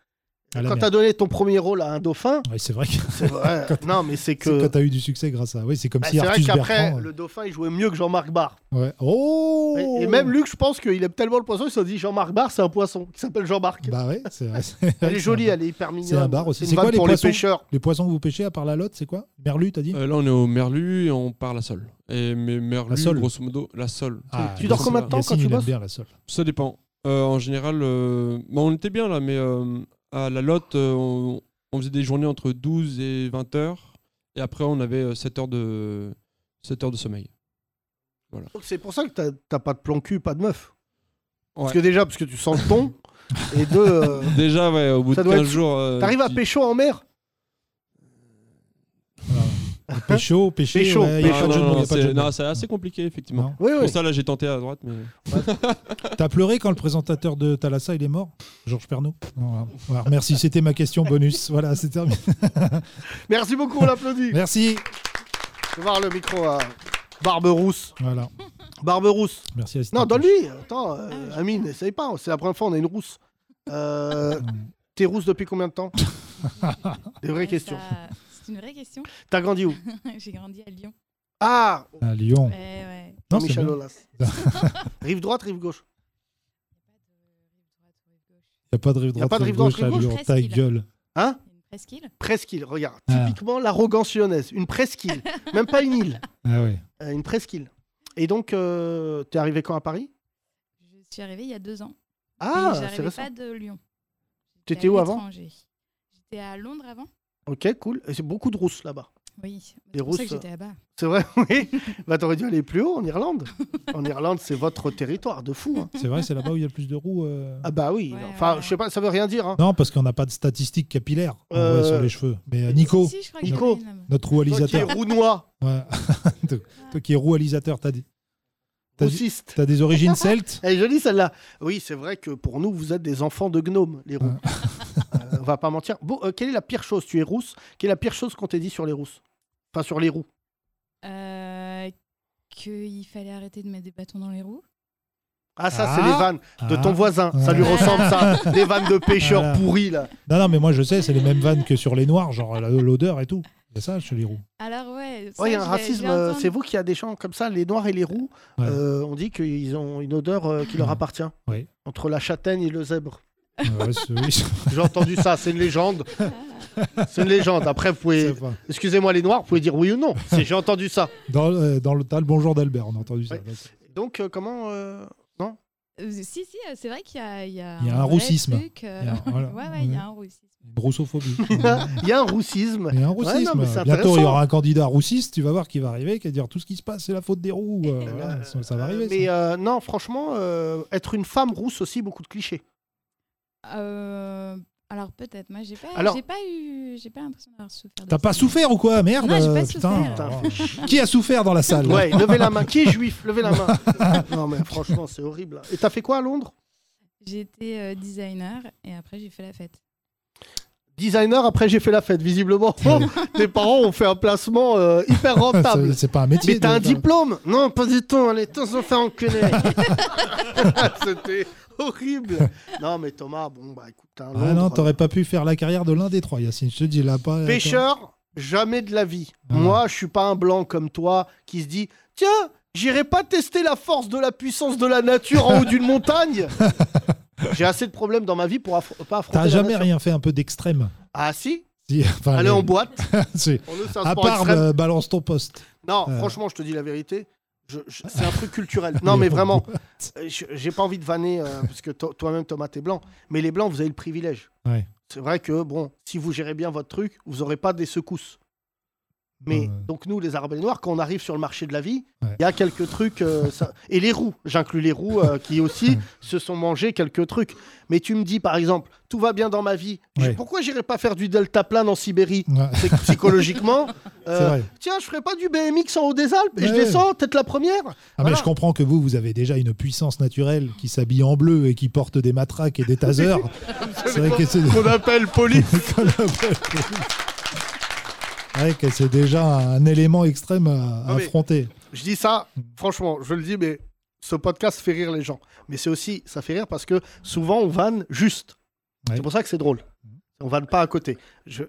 À la quand mer. t'as donné ton premier rôle à un dauphin, Ouais, c'est vrai que. c'est vrai. non, mais c'est C'est que. quand t'as eu du succès grâce à. Oui, c'est comme Bah, si c'est vrai Artus qu'après, Bertrand. euh, le dauphin, il jouait mieux que Jean-Marc Barr. Ouais. Oh Et, et même Luc, je pense qu'il aime tellement le poisson, il s'est dit Jean-Marc Barr, c'est un poisson qui s'appelle Jean-Marc. Bah ouais, c'est vrai. c'est vrai Elle que est jolie, elle est hyper mignonne. C'est un bar aussi. une C'est quoi vanne les pour poissons les pêcheurs Les poissons que vous pêchez à part la lotte, c'est quoi Merlu, t'as dit Euh, là, on est au Merlu et on part la sole. Et mais Merlu, La sole. grosso modo, la sole. Ah, C'est- Tu dors c'est combien ça. de temps Yacine, quand tu il aime bosses bien la sole. Hein Ça dépend. Euh, en général, euh, bah, on était bien là, mais euh, à la lotte, euh, on, on faisait des journées entre 12 et 20 heures. Et après, on avait euh, 7 heures de, 7 heures de sommeil. Voilà. Donc, C'est pour ça que t'as- t'as pas de plan cul, pas de meuf. Parce Ouais. que déjà, parce que tu sens le ton. et deux, euh, Déjà, ouais, au bout ça de doit 15 être- jours. euh, T'arrives à tu- pécho en mer Pécho, péché. Pécho, ouais, y a Ah, pas de non, jeu de mots, non, y a pas de Ah c'est- jeu de mots. non, c'est assez compliqué, effectivement. Non. Oui, Pour oui. ça, là, j'ai tenté à droite, mais. T'as pleuré quand le présentateur de Thalassa, il est mort Georges Pernaud Voilà, Merci, c'était ma question bonus. Voilà, c'est terminé. Merci beaucoup, on l'applaudit. Merci. Je vais voir le micro à Barberousse. Voilà. Barberousse. Merci, assistant Non, donne-lui. Attends, euh, Amine, essaye pas. C'est la première fois, on a une rousse. Euh, T'es rousse depuis combien de temps Des vraies Ouais, questions. ça- C'est une vraie question. T'as grandi où J'ai grandi à Lyon. Ah À Lyon. Ouais, ouais. Non, c'est Michel bien. Aulas. rive droite, rive gauche. Il n'y a pas de rive Y a droite. pas de rive droite, rive gauche, Ta presqu'île. gueule. Hein Presqu'île Presqu'île, regarde. Ah. Typiquement l'arrogance lyonnaise. Une presqu'île. Même pas une île. Ah ouais. Euh, une presqu'île. Et donc, euh, t'es arrivé quand à Paris Je suis arrivée il y a deux ans. Ah, Mais c'est J'arrivais récent. pas de Lyon. J'étais T'étais à où avant l'étranger. J'étais à Londres avant. Ok, cool. Et c'est beaucoup de rousses là-bas. Oui. Bah, Les C'est pour ça rousses. que j'étais là-bas. C'est vrai, oui. Bah, t'aurais dû aller plus haut en Irlande. En Irlande, c'est votre territoire de fou. hein. C'est vrai, c'est là-bas où il y a le plus de roues. euh. Ah bah oui. enfin, je sais pas, ça veut rien dire. hein. Non, parce qu'on n'a pas de statistiques capillaires en vrai, Euh, sur les cheveux. Mais euh, Nico, Si, si, je crois que Nico, j'en ai une là-bas. notre roualisateur. Toi qui es rounois. Ouais. toi, toi qui es roualisateur, t'as des... t'as du- Roussiste. t'as des origines celtes Elle est jolie celle-là. Oui, c'est vrai que pour nous, vous êtes des enfants de gnomes, les roux. Ah. Euh, on va pas mentir. Bon, euh, quelle est la pire chose Tu es rousse. Quelle est la pire chose qu'on t'ait dit sur les rousses Enfin, sur les roux. Euh, Qu'il fallait arrêter de mettre des bâtons dans les roues. Ah, ça, Ah. c'est les vannes de ton Ah. voisin. Ça lui Ouais. ressemble, ça. Des vannes de pêcheurs Voilà. pourris, là. Non, non, mais moi je sais, c'est les mêmes vannes que sur les noirs, genre la- l'odeur et tout. C'est ça chez les roux. Alors, ouais. ça, Ouais, il y a je l'ai- un je racisme. l'ai euh, entendu. C'est vous qui a des gens comme ça, les noirs et les roux. Ouais. euh, on dit qu'ils ont une odeur euh, qui leur appartient. Oui. Entre la châtaigne et le zèbre. Ouais, c'est- oui. J'ai entendu ça, c'est une légende. C'est une légende. Après, vous pouvez. Excusez-moi, les noirs, vous pouvez dire oui ou non. C'est- J'ai entendu ça. Dans, euh, dans le tas, le bonjour d'Albert, on a entendu ça. Ouais. Donc, euh, comment. euh, Non Euh, Si, si, euh, c'est vrai qu'il y a, il y a Il y a un vrai roussisme. truc, euh, Il y a- voilà. ouais, ouais, il y a un roussisme. Une Grossophobie. Il y a un roussisme. Il y a un Ouais, non, roussisme. mais c'est Bientôt, il y intéressant. aura un candidat roussiste, tu vas voir, qui va arriver, qui va dire tout ce qui se passe, c'est la faute des roues. Euh, voilà, ça, ça va arriver. ça. Mais euh, non, franchement, euh, être une femme rousse aussi, beaucoup de clichés. Euh, alors peut-être, moi j'ai pas, Alors- j'ai pas eu, j'ai pas l'impression d'avoir souffert. de T'as pas ça. souffert ou quoi Merde Non, j'ai pas euh, souffert. Putain. Qui a souffert dans la salle Ouais, levez la main. Qui est juif Levez la main. non, mais franchement, c'est horrible. là. Et t'as fait quoi à Londres J'ai été euh, designer et après j'ai fait la fête. Designer, après j'ai fait la fête, visiblement. Tes parents ont fait un placement euh, hyper rentable. C'est- C'est pas un métier. Mais t'as de- un diplôme Non, pas du tout, allez, tous se faire enculer. C'était horrible. Non, mais Thomas, bon, bah écoute, hein, Ah non, Londres, t'aurais pas pu faire la carrière de l'un des trois, Yacine. Je te dis, là, pas. Pêcheur, jamais de la vie. Ah Moi, je suis pas un blanc comme toi qui se dit Tiens, j'irai pas tester la force de la puissance de la nature en haut d'une montagne. J'ai assez de problèmes dans ma vie pour aff- pas affronter. T'as la jamais nature. rien fait un peu d'extrême. Ah si Si, enfin, Aller les- en boîte. c'est- Pour nous, c'est un à sport part extrême. euh, balance ton poste. Non, Euh. franchement, je te dis la vérité. je- je- c'est un truc culturel. Non, mais vraiment, euh, je- j'ai pas envie de vanner, euh, parce que to- toi-même, Thomas, t'es blanc. Mais les blancs, vous avez le privilège. Ouais. C'est vrai que, bon, si vous gérez bien votre truc, vous aurez pas des secousses. Mais donc, nous, les Arabes et les Noirs, quand on arrive sur le marché de la vie, il y a quelques trucs. euh, ça- Et les roues, j'inclus les roues euh, qui aussi se sont mangés quelques trucs. Mais tu me dis, par exemple, tout va bien dans ma vie. J- Ouais. Pourquoi j'irai pas faire du delta plane en Sibérie Euh, Ouais. C'est que psychologiquement. euh, C'est vrai. Tiens, je ferai pas du BMX en haut des Alpes et je Ouais. descends, peut-être la première. Ah, mais je comprends que vous, vous avez déjà une puissance naturelle qui s'habille en bleu et qui porte des matraques et des tasers. C'est vrai que c'est- Qu'on appelle police. Qu'on appelle police. C'est vrai que c'est déjà un élément extrême à à Non, mais- affronter. Je dis ça, franchement, je le dis, mais ce podcast fait rire les gens. Mais c'est aussi, ça fait rire parce que souvent on vanne juste. C'est pour ça que c'est drôle. On vanne pas à côté. Je...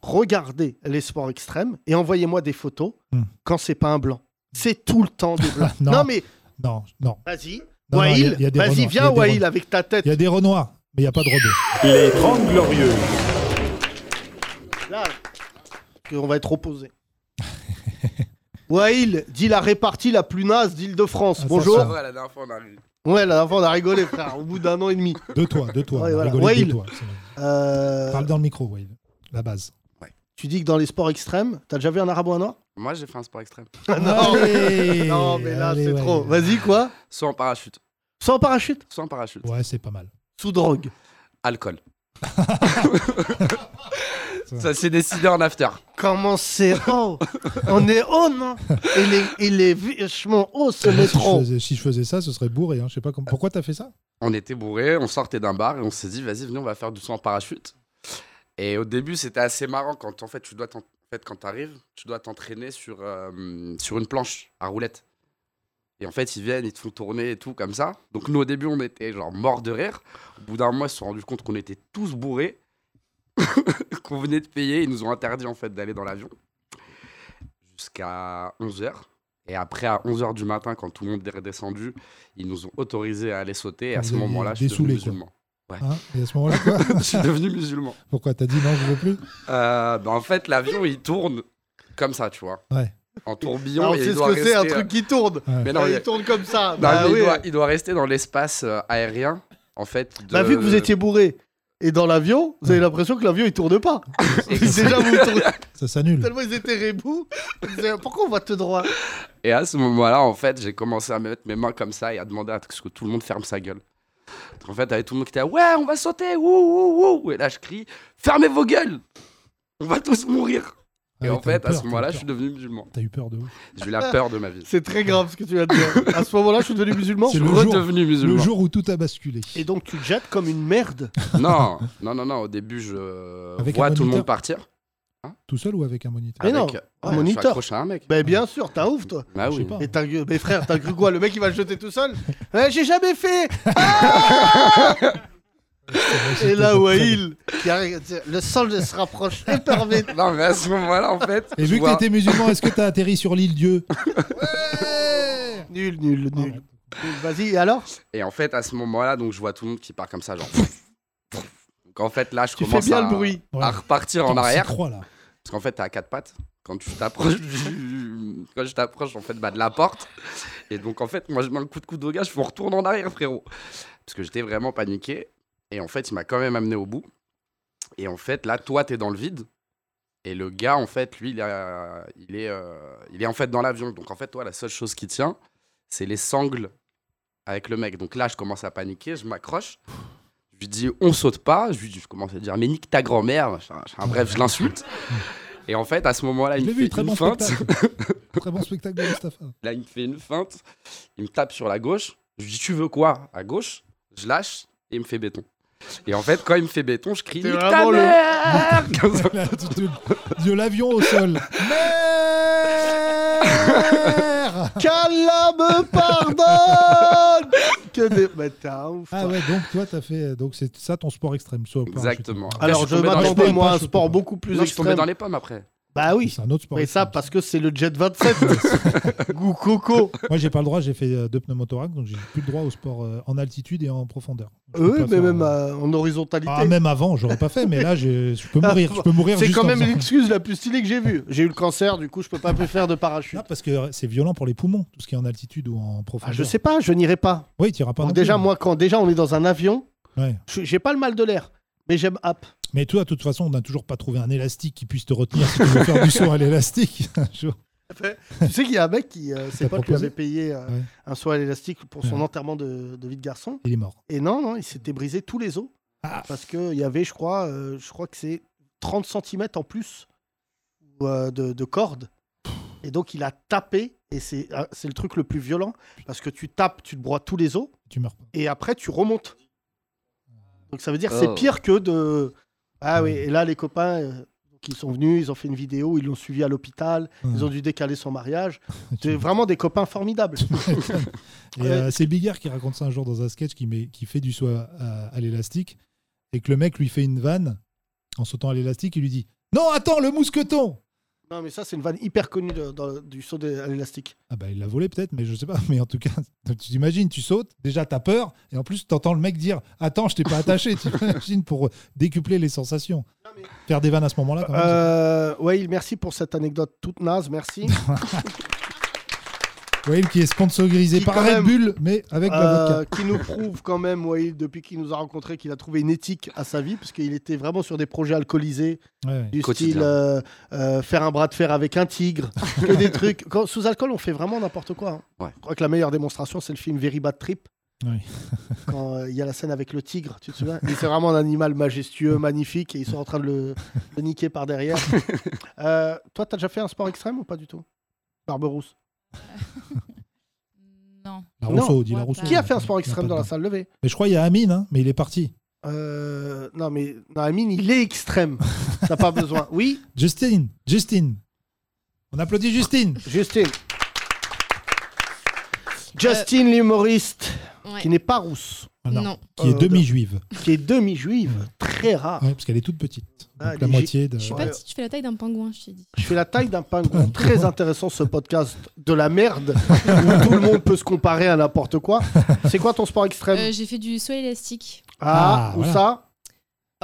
Regardez les sports extrêmes et envoyez-moi des photos Hmm. quand c'est pas un blanc. C'est tout le temps des blancs. non. Non. mais Non, non. vas-y, Non, non, il y a- Wail, il y a des vas-y, Renoirs, viens il y a des Wail Renoirs. avec ta tête. Il y a des Renoirs, mais il n'y a pas de Rebeux. Les 30 Glorieuses. Là, on va être opposés. Wail, dit la répartie la plus naze Ah, d'Île-de-France. Bonjour. Ça va, la dernière fois, on a ri. Ouais, la dernière fois, on a rigolé, frère, au bout d'un an et demi. De toi, de toi. Ouais, on a voilà. rigolé de Wail. toi, c'est vrai. Euh, Parle dans le micro, Wail. La base. tu dis que dans les sports extrêmes, t'as déjà vu un arabe ou un noir Moi, j'ai fait un sport extrême. Ah, non, non, mais là, Eh, allez, c'est ouais. trop. Vas-y, quoi Soit en parachute. Soit en parachute Soit en parachute. Ouais, c'est pas mal. Sous drogue. Alcool. Ça s'est décidé en after. Comment c'est haut On est haut, non Il est, il est vachement haut, ce si, je métro. faisais, si je faisais ça, ce serait bourré. hein. Je sais pas comment- Pourquoi t'as fait ça On était bourrés, on sortait d'un bar et on s'est dit, vas-y, venez, on va faire du saut en parachute. Et au début, c'était assez marrant quand en fait, tu dois t'en- fait, quand t'arrives, tu dois t'entraîner sur, euh, sur une planche à roulette. Et en fait, ils viennent, ils te font tourner et tout comme ça. Donc nous, au début, on était genre morts de rire. Au bout d'un mois, ils se sont rendus compte qu'on était tous bourrés, qu'on venait de payer. Ils nous ont interdit en fait d'aller dans l'avion jusqu'à 11h. Et après, à 11h du matin, quand tout le monde est redescendu, ils nous ont autorisé à aller sauter. Et à Vous ce avez moment-là, je suis devenu dessoulé, quoi. musulman. Ouais. Hein Et à ce moment-là, quoi Je suis devenu musulman. Pourquoi T'as dit non, je veux plus Euh, bah, en fait, l'avion, il tourne comme ça, tu vois. Ouais. En tourbillon. Alors, et c'est il Ah, ce doit que c'est, un rester, truc euh, qui tourne. Mais non, Ah, il mais- tourne comme ça. Non, Bah mais oui. il, doit, il doit rester dans l'espace euh, aérien, en fait. De... Bah, vu que vous étiez bourré et dans l'avion, vous avez l'impression que l'avion il tourne pas. Déjà, vous tournez. Ça s'annule. Tellement ils étaient rébous. Ils disaient, Pourquoi on va te droit Et à ce moment-là, en fait, j'ai commencé à mettre mes mains comme ça et à demander à ce que tout le monde ferme sa gueule. Donc, en fait, avec tout le monde qui était là, ouais, on va sauter, ouh, ouh, ouh. Et là, je crie, fermez vos gueules, on va tous mourir. et Ah oui, en t'as eu fait, à peur, ce t'as eu moment-là, peur. je suis devenu musulman. T'as eu peur de ouf. J'ai eu la peur de ma vie. C'est très grave ce que tu viens de dire. À ce moment-là, je suis devenu musulman. C'est le jour- Le jour où tout a basculé. Et donc tu te jettes comme une merde. Non, non, non, non. Au début, je Avec un vois tout le moniteur. monde partir. hein? Tout seul ou avec un moniteur Mais non, Avec- un ouais, je suis moniteur. accroché à un mec. Bah, bien sûr, t'as ouf toi. Bah oui. Et t'as- mais frère, t'as cru quoi Le mec il va le jeter tout seul Ouais, J'ai jamais fait Et là, Waïl, qui arrive, le sol se rapproche hyper vite. Non, mais à ce moment-là, en fait. Et je vu que vois- t'étais musulman, est-ce que t'as atterri sur l'île Dieu Nul, nul, nul. Ah, Vas-y, et alors Et en fait, à ce moment-là, donc je vois tout le monde qui part comme ça, genre. donc en fait, là, je Tu commence fais bien à, le bruit. à Ouais. repartir en Attends, arrière. c'est trois, là. Parce qu'en fait, t'es à quatre pattes. Quand tu t'approches, du- quand je t'approche en fait bah, de la porte, et donc en fait, moi je mets un coup de coude au gars, je me retourne en arrière, frérot, parce que j'étais vraiment paniqué. Et en fait, il m'a quand même amené au bout. Et en fait, là, toi, t'es dans le vide. Et le gars, en fait, lui, il, a- il est, euh, il est en fait dans l'avion. Donc, en fait, toi, la seule chose qui tient, c'est les sangles avec le mec. Donc là, je commence à paniquer, je m'accroche. Je lui dis, on saute pas. Je lui dis, je commence à dire, mais nique ta grand-mère. machin, machin. Bref, je l'insulte. Et en fait, à ce moment-là, Ah, il Je me l'ai fait vu, très une bon feinte. spectacle. Très bon spectacle de Mustapha. Là, il me fait une feinte. Il me tape sur la gauche. Je lui dis, tu veux quoi À gauche, je lâche et il me fait béton. Et en fait, quand il me fait béton, je crie, T'es nique ta vraiment le- mère Là, tu te- De l'avion au sol. Mère Qu'Allah me pardonne Que des. Mais t'es un ouf. Ah ouais, donc toi, t'as fait. Donc c'est ça ton sport extrême, soit au parachute. Ah, Exactement. Alors, Après, je suis tombé dans les m'attendais, pommes. moi, à un sport beaucoup plus Non, je suis tombé extrême. dans les pommes après. Bah oui. C'est un autre sport. Mais ça, parce que c'est le Jet 27. Goût coco. Moi, j'ai pas le droit, j'ai fait euh, deux pneumothorax, donc j'ai plus le droit au sport euh, en altitude et en profondeur. Je peux Oui, pas mais faire, même euh, euh, en horizontalité. Ah, même avant, j'aurais pas fait, mais là, je, je peux mourir. Je peux mourir Ah, C'est juste quand en même faisant- l'excuse la plus stylée que j'ai vue. J'ai eu le cancer, du coup, je peux pas plus faire de parachute. Ah, parce que c'est violent pour les poumons, tout ce qui est en altitude ou en profondeur. Ah, je sais pas, je n'irai pas. Oui, tu iras pas. Bon, non déjà, plus. moi, quand déjà on est dans un avion, Ouais. je- j'ai pas le mal de l'air, mais j'aime app. Mais toi, de toute façon, on n'a toujours pas trouvé un élastique qui puisse te retenir si tu veux faire du saut à l'élastique. un jour. tu sais qu'il y a un mec qui, euh, ses T'as potes lui proposé avaient payé euh, Ouais. un soin à l'élastique pour son enterrement de, de vie de garçon. Il est mort. Et non, non, il s'était brisé tous les os. Parce qu'il y avait, je crois, euh, je crois que c'est 30 cm en plus euh, de, de corde. Et donc il a tapé, et c'est euh, c'est le truc le plus violent, parce que tu tapes, tu te broies tous les os, Tu meurs pas. et après tu remontes. Donc ça veut dire que c'est Oh. pire que de... Ah oui, et là les copains euh, qui sont venus, ils ont fait une vidéo, ils l'ont suivi à l'hôpital, ils ont dû décaler son mariage. C'est vraiment des copains formidables. Et euh, c'est Bigard qui raconte ça un jour dans un sketch qui, met, qui fait du saut à, à- à l'élastique et que le mec lui fait une vanne en sautant à l'élastique. Il lui dit Non, attends, le mousqueton Non, mais ça, c'est une vanne hyper connue de- dans- du saut de- à l'élastique. Ah bah il l'a volé peut-être, mais je sais pas. Mais en tout cas, donc, tu t'imagines, tu sautes, déjà t'as peur, et en plus t'entends le mec dire Attends, je t'ai pas attaché, tu imagines pour décupler les sensations. Faire des vannes à ce moment-là quand même. Euh, Wael, merci pour cette anecdote toute naze, merci. Wael qui est sponsorisé Qui, par quand Red même, Bull, mais avec l'avocat. Euh, qui nous prouve quand même, Wael, depuis qu'il nous a rencontrés, qu'il a trouvé une éthique à sa vie, parce qu'il était vraiment sur des projets alcoolisés, Ouais, ouais. du Quotidien. style euh, euh, faire un bras de fer avec un tigre, que des trucs. Quand- sous alcool, on fait vraiment n'importe quoi. hein. Ouais. Je crois que la meilleure démonstration, c'est le film Very Bad Trip. Oui. quand euh, il y a la scène avec le tigre, tu te souviens Il C'est vraiment un animal majestueux, magnifique, et ils sont en train de le, le niquer par derrière. Euh, toi, t'as déjà fait un sport extrême ou pas du tout Barberousse Non. La Non. Rousseau, dis la Rousseau. Qui a fait un sport Il y a pas extrême de dans la temps. salle levée Mais je crois qu'il y a Amine, hein, mais il est parti. Euh, Non, mais non, Amine, il est extrême. T'as pas besoin. Oui Justine, Justine. On applaudit Justine. Ah, Euh, Justine. Justine l'humoriste, ouais. qui n'est pas rousse. Non. Non. Qui est demi-juive. Qui est demi-juive, très rare. Ouais, parce qu'elle est toute petite. Ah, Donc les la gé- moitié de. Je suis pas petite, je fais la taille d'un pingouin, je t'ai dit. Je fais la taille d'un pingouin. Très intéressant ce podcast de la merde, où tout le monde peut se comparer à n'importe quoi. C'est quoi ton sport extrême Euh, J'ai fait du saut élastique. Ah, où ça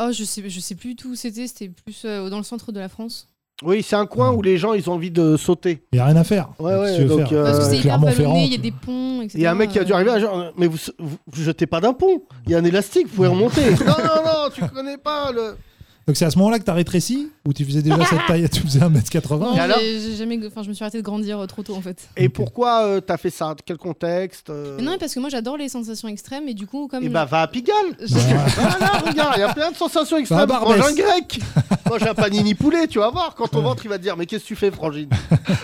Oh, je sais, je sais plus tout où c'était, c'était plus euh, dans le centre de la France. Oui, c'est un coin où les gens ils ont envie de sauter. Il n'y a rien à faire. Ouais, Qu'est-ce que ouais, tu veux donc, faire euh, Parce que c'est hyper Clermont-Ferrand, ballonné, il y a des ponts, etc. Il y a un mec qui a dû arriver à genre, euh, mais vous, vous, vous jetez pas d'un pont, il y a un élastique, vous pouvez remonter. non, non, non, tu connais pas le. Donc c'est à ce moment-là que tu as rétréci Ou tu faisais déjà cette taille Tu faisais 1m80 Non, j'ai- j'ai jamais... enfin, je me suis arrêtée de grandir euh, trop tôt en fait. Et pourquoi euh, t'as fait ça Quel contexte euh Mais Non, parce que moi j'adore les sensations extrêmes et du coup, comme. Eh ben. bah, va à Pigalle Voilà, regarde, il y a plein de sensations extrêmes. Bah, Mange Barbès. un grec Mange un panini poulet, tu vas voir. Quand ton ventre, il va te dire Mais qu'est-ce que tu fais, Frangine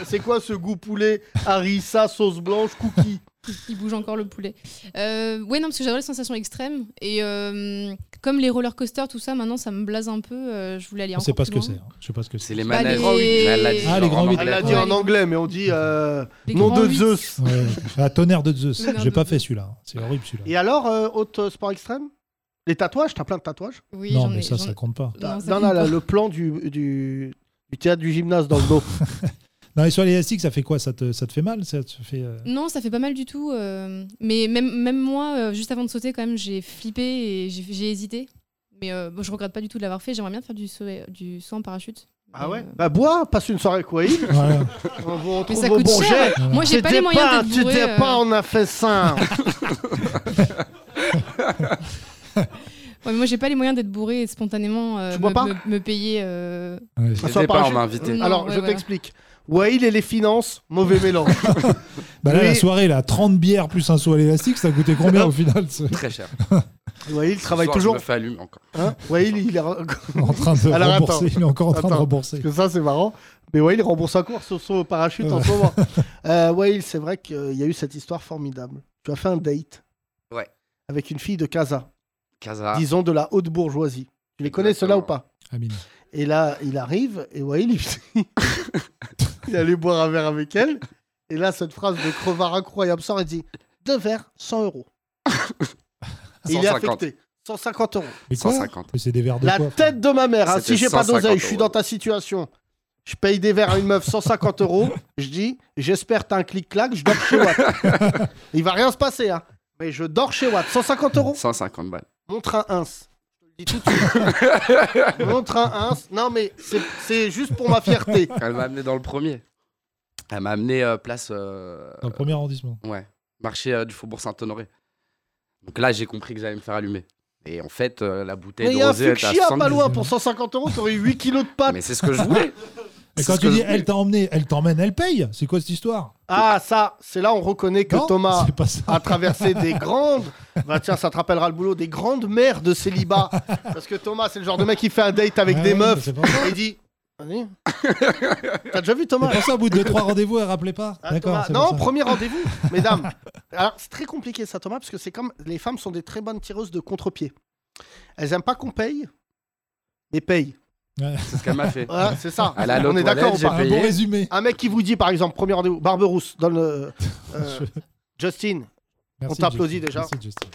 C'est quoi ce goût poulet, harissa, sauce blanche, cookie Il bouge encore le poulet. Euh, ouais, non, parce que j'adore les sensations extrêmes. Et euh, comme les roller coasters, tout ça, maintenant, ça me blase un peu. euh, je voulais aller On encore sait pas plus ce que loin. c'est. hein. Je sais pas ce que c'est. C'est les Bah, manèges. les- Elle l'a dit Ah, les grands huit. Elle l'a dit en anglais, mais on dit euh, Les Nom grands de huit. Zeus. Ouais. Ah, tonnerre de Zeus. Tonnerre J'ai de pas fait celui-là. hein. C'est horrible celui-là. Et alors, euh, autre sport extrême Les tatouages T'as plein de tatouages Oui, non, j'en mais ai- ça, j'en- ça compte pas. Non, ça Dans compte pas. le plan du, du, du théâtre du gymnase dans le dos. Non, et sur l'élastique, ça fait quoi ça te, ça te fait mal ça te fait, euh, Non, ça fait pas mal du tout. euh, mais même, même moi, euh, juste avant de sauter, quand même, j'ai flippé et j'ai j'ai hésité. Mais euh, bon, je regrette pas du tout de l'avoir fait. J'aimerais bien faire du saut, du saut en parachute. Ah ouais Bah bois, passe une soirée avec Wahid. Voilà. On vous retrouve ça au coûte Bourget. cher. Moi, j'ai pas les T'étais moyens d'être Tu bourré, t'es euh. pas en affaissin. Ouais, mais moi, j'ai pas les moyens d'être bourré et de spontanément euh, Tu bois me, pas me- me payer. euh, Je Sans sais pas, on parachute. m'a invité. Non, Alors, ouais, je voilà. t'explique. Wahid et les finances, mauvais mélange. Bah là, Oui. la soirée, là, 30 bières plus un saut à l'élastique, ça coûtait combien au final ce- Très cher. Wahid Ce travaille soir, toujours. Je me fais allumer encore. Hein Wahid, il est en En train de rembourser. Il est encore en train de rembourser. Parce que ça, c'est marrant. Mais Wahid rembourse encore son saut au parachute en ce moment. Euh, Wahid, c'est vrai qu'il y a eu cette histoire formidable. Tu as fait un date Ouais. avec une fille de Casa, Casa. disons de la haute bourgeoisie. Tu les connais ceux-là ou pas Amine. Et là, il arrive, et ouais, il, il allait boire un verre avec elle. Et là, cette phrase de crevard incroyable sort et dit Deux verres, 100 euros. Et il est 150. affecté. 150 euros. Mais quoi 150. Mais c'est des verres de La quoi tête de ma mère, hein, C'était si j'ai pas 150 d'oseille, je suis euros. dans ta situation. Je paye des verres à une meuf 150 euros. Je dis J'espère t'as un clic-clac, je dors chez Watt. il va rien se passer, hein. Mais je dors chez Watt. 150 euros 150 balles. Montre un ins. Je te le dis tout de suite. Montre un ins. Non, mais c'est- c'est juste pour ma fierté. Elle m'a amené dans le premier. Elle m'a amené euh, place. euh, Dans le premier arrondissement. Ouais, marché euh, du Faubourg Saint-Honoré. Donc là, j'ai compris que j'allais me faire allumer. Et en fait, euh, la bouteille Mais il y de a un rosé est à fuchsia 70. pas loin pour 150 euros, t'aurais eu 8 kilos de pâtes. Mais c'est ce que je voulais. Et C'est quand ce que tu dis, je voulais. elle t'a emmené, elle t'emmène, elle paye. C'est quoi cette histoire Ah, ça, c'est là on reconnaît que Non, Thomas c'est pas ça. a traversé des grandes. Bah tiens, ça te rappellera le boulot, des grandes mères de célibat. Parce que Thomas, c'est le genre de mec qui fait un date avec Ouais, des ouais, meufs. Ah c'est pas ça. Et il dit Allez. T'as déjà vu C'est Thomas pour ça, au bout de 2-3 rendez-vous, elle rappelait pas. Hein, Ah, D'accord. Thomas c'est Non, pour ça. premier rendez-vous, mesdames. Alors, c'est très compliqué ça, Thomas, parce que c'est comme les femmes sont des très bonnes tireuses de contre-pied. Elles aiment pas qu'on paye, mais payent. C'est ce qu'elle m'a fait. Voilà, c'est ça. Elle a On est d'accord ou j'ai pas Un bon payé. résumé. Un mec qui vous dit, par exemple, premier rendez-vous, Barberousse, dans le. euh, Justin, Merci, t'applaudit Justin. déjà. Merci, Justin.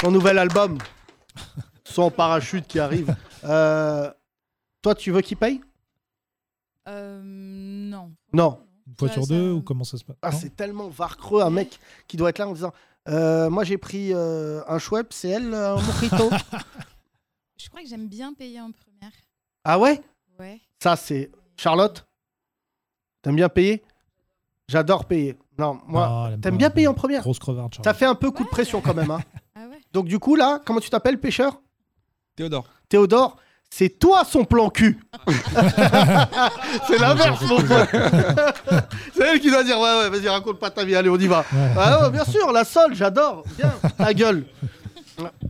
ton nouvel album, son parachute qui arrive. Euh, toi, tu veux qu'il paye Euh, non. Non. Une fois Ouais, sur ça- deux, ou comment ça se passe Ah, Non c'est tellement varcreux, un mec qui doit être là en disant euh, Moi, j'ai pris euh, un Schweppes, c'est elle, euh, un mojito. Je crois que j'aime bien payer en première. ah ouais Ouais. Ça, c'est. Charlotte T'aimes bien payer J'adore payer. Non, Non, moi. Ah, elle aime T'aimes pas. bien payer en première Grosse crevarde, Ça Charles. fait un peu coup de pression quand même. hein. Ah ouais Donc, du coup, là, comment tu t'appelles, pêcheur Théodore. Théodore, c'est toi son plan cul. c'est l'inverse, mon pote. c'est elle qui doit dire Ouais, ouais, vas-y, raconte pas ta vie, allez, on y va. Ah ouais, bien sûr, la seule, j'adore. Bien, ta gueule.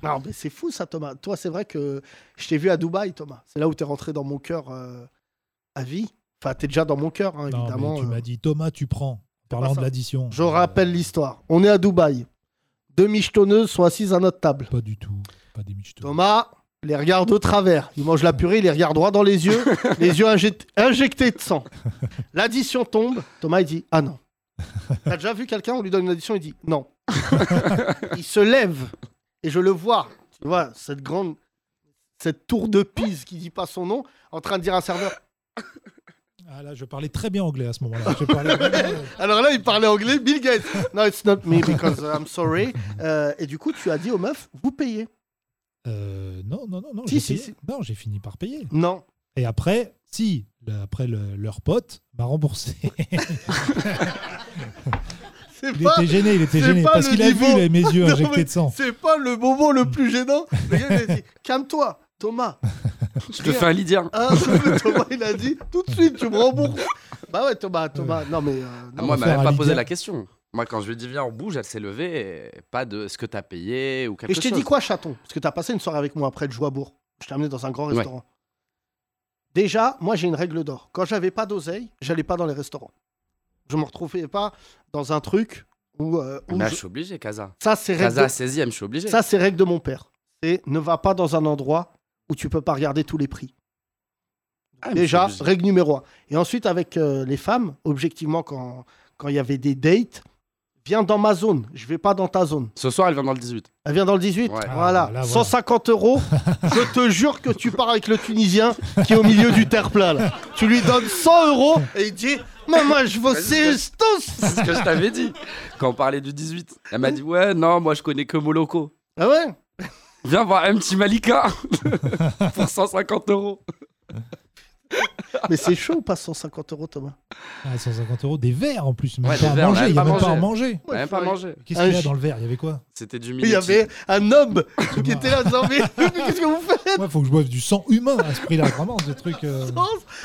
Non, mais c'est fou ça, Thomas. Toi, c'est vrai que je t'ai vu à Dubaï, Thomas. C'est là où t'es rentré dans mon cœur euh, à vie. Enfin, t'es déjà dans mon cœur, hein, Non, mais évidemment. tu euh. m'as dit, Thomas, tu prends. Parlant de ça. l'addition. Je rappelle l'histoire. On est à Dubaï. Deux michetonneuses sont assises à notre table. Pas du tout. Pas des michetons. Thomas, les regarde au travers. Il mange la purée, il les regarde droit dans les yeux, les yeux inject- injectés de sang. L'addition tombe, Thomas il dit Ah non. T'as déjà vu quelqu'un, on lui donne une addition, il dit Non. il se lève et je le vois, tu vois, cette grande, cette tour de pise qui dit pas son nom, en train de dire à un serveur Ah là, je parlais très bien anglais à ce moment-là. Je parlais vraiment- Alors là, il parlait anglais, Bill Gates. No, it's not me because I'm sorry. Euh, et du coup, tu as dit aux meufs, vous payez. Euh, non, non, non, non. Si, j'ai si, payé. si. Non, j'ai fini par payer. Non. Et après, si, le- après le- leur pote m'a remboursé. C'est Il était gêné, il était gêné, parce qu'il a vu, là, mes yeux injectés mais de sang. C'est pas le moment le plus gênant. Le gars, il a dit, calme-toi, Thomas. Je te fais un Lydien. Ah, Thomas, il a dit, tout de suite, tu me rembourses. bah ouais, Thomas, Thomas. Non, mais. euh, Ah, non. moi, elle m'a Faire même à pas posé Lydia. la question. Moi, quand je lui ai dit viens, on bouge, elle s'est levée. et Pas de ce que t'as payé ou quelque Et je t'ai chose. dit quoi, chaton Parce que t'as passé une soirée avec moi après de Joibourg. Je t'ai amené dans un grand Ouais. restaurant. Déjà, moi, j'ai une règle d'or. Quand j'avais pas d'oseille, j'allais pas dans les restaurants. Je me retrouvais pas dans un truc où. euh, où Mais Bah, je- je suis obligé, Kaza. Ça, c'est règle Kaza, de- 16 e je suis obligé. Ça, c'est règle de mon père. C'est ne va pas dans un endroit où tu peux pas regarder tous les prix. Ah, mais Déjà, c'est obligé. règle numéro un. Et ensuite, avec euh, les femmes, objectivement, quand quand il y avait des dates, viens dans ma zone. Je vais pas dans ta zone. Ce soir, elle vient dans le 18. Elle vient dans le 18. Ouais. Voilà. Ah, là, voilà. 150 euros. je te jure que tu pars avec le Tunisien qui est au milieu du terre-plein. là. Tu lui donnes 100 euros et il dit Maman, je veux c'est C'est ce que je t'avais dit quand on parlait du 18. Elle m'a dit ouais, non, moi je connais que Moloko. Ah ouais Viens voir un petit Malika pour 150 euros. Mais c'est chaud, pas 150 euros, Thomas. Ah, 150 euros, des verres en plus, même Ouais, pas des à verres, on manger. avait Il n'y pas avait pas à mangé. manger. On avait pas mangé. Ah, Qu'est-ce qu'il y Un a dans ch- le verre Il y avait quoi C'était du Il y Minetti. avait un homme qui était là, genre, mais mais qu'est-ce que vous faites Ouais, faut que je boive du sang humain à ce prix-là, vraiment, ce truc. euh.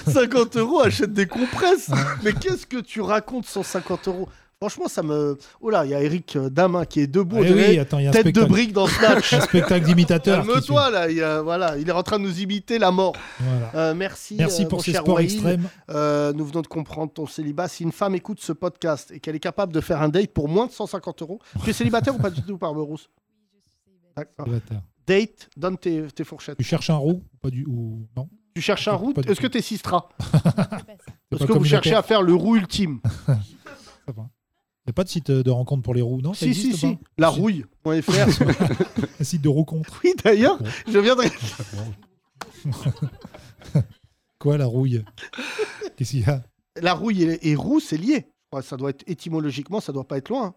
50 euros, achète des compresses. Mais qu'est-ce que tu racontes 150 euros Franchement, ça me. Oh là, il y a Eric euh, Damin qui est debout, Ah on oui, dirait, attends, il y a un tête de spectacle. brique dans Snatch. Un spectacle d'imitateur qui Calme-toi là, il, y a- voilà, il est en train de nous imiter la mort. Voilà. Euh, merci. Merci euh, pour mon ces cher sports Wael. extrêmes. Euh, nous venons de comprendre ton célibat. Si une femme écoute ce podcast et qu'elle est capable de faire un date pour moins de 150 euros, tu es célibataire ou pas du tout, Barberousse D'accord. Bâtard. Date, donne tes, tes fourchettes. Tu cherches un roux ou pas du ou non Tu cherches un roux Pas du Est-ce que t'es Sistra C'est Est-ce pas que vous cherchez communautaire. à faire le roux ultime Il n'y a pas de site euh, de rencontre pour les roux, non Ça Si, si, existe si. pas La rouille.fr. Un site de rencontre. Oui, d'ailleurs, je viens de. Quoi, la rouille Qu'est-ce qu'il y a La rouille et, et roux, c'est lié. Je crois que ça doit être étymologiquement, ça doit pas être loin.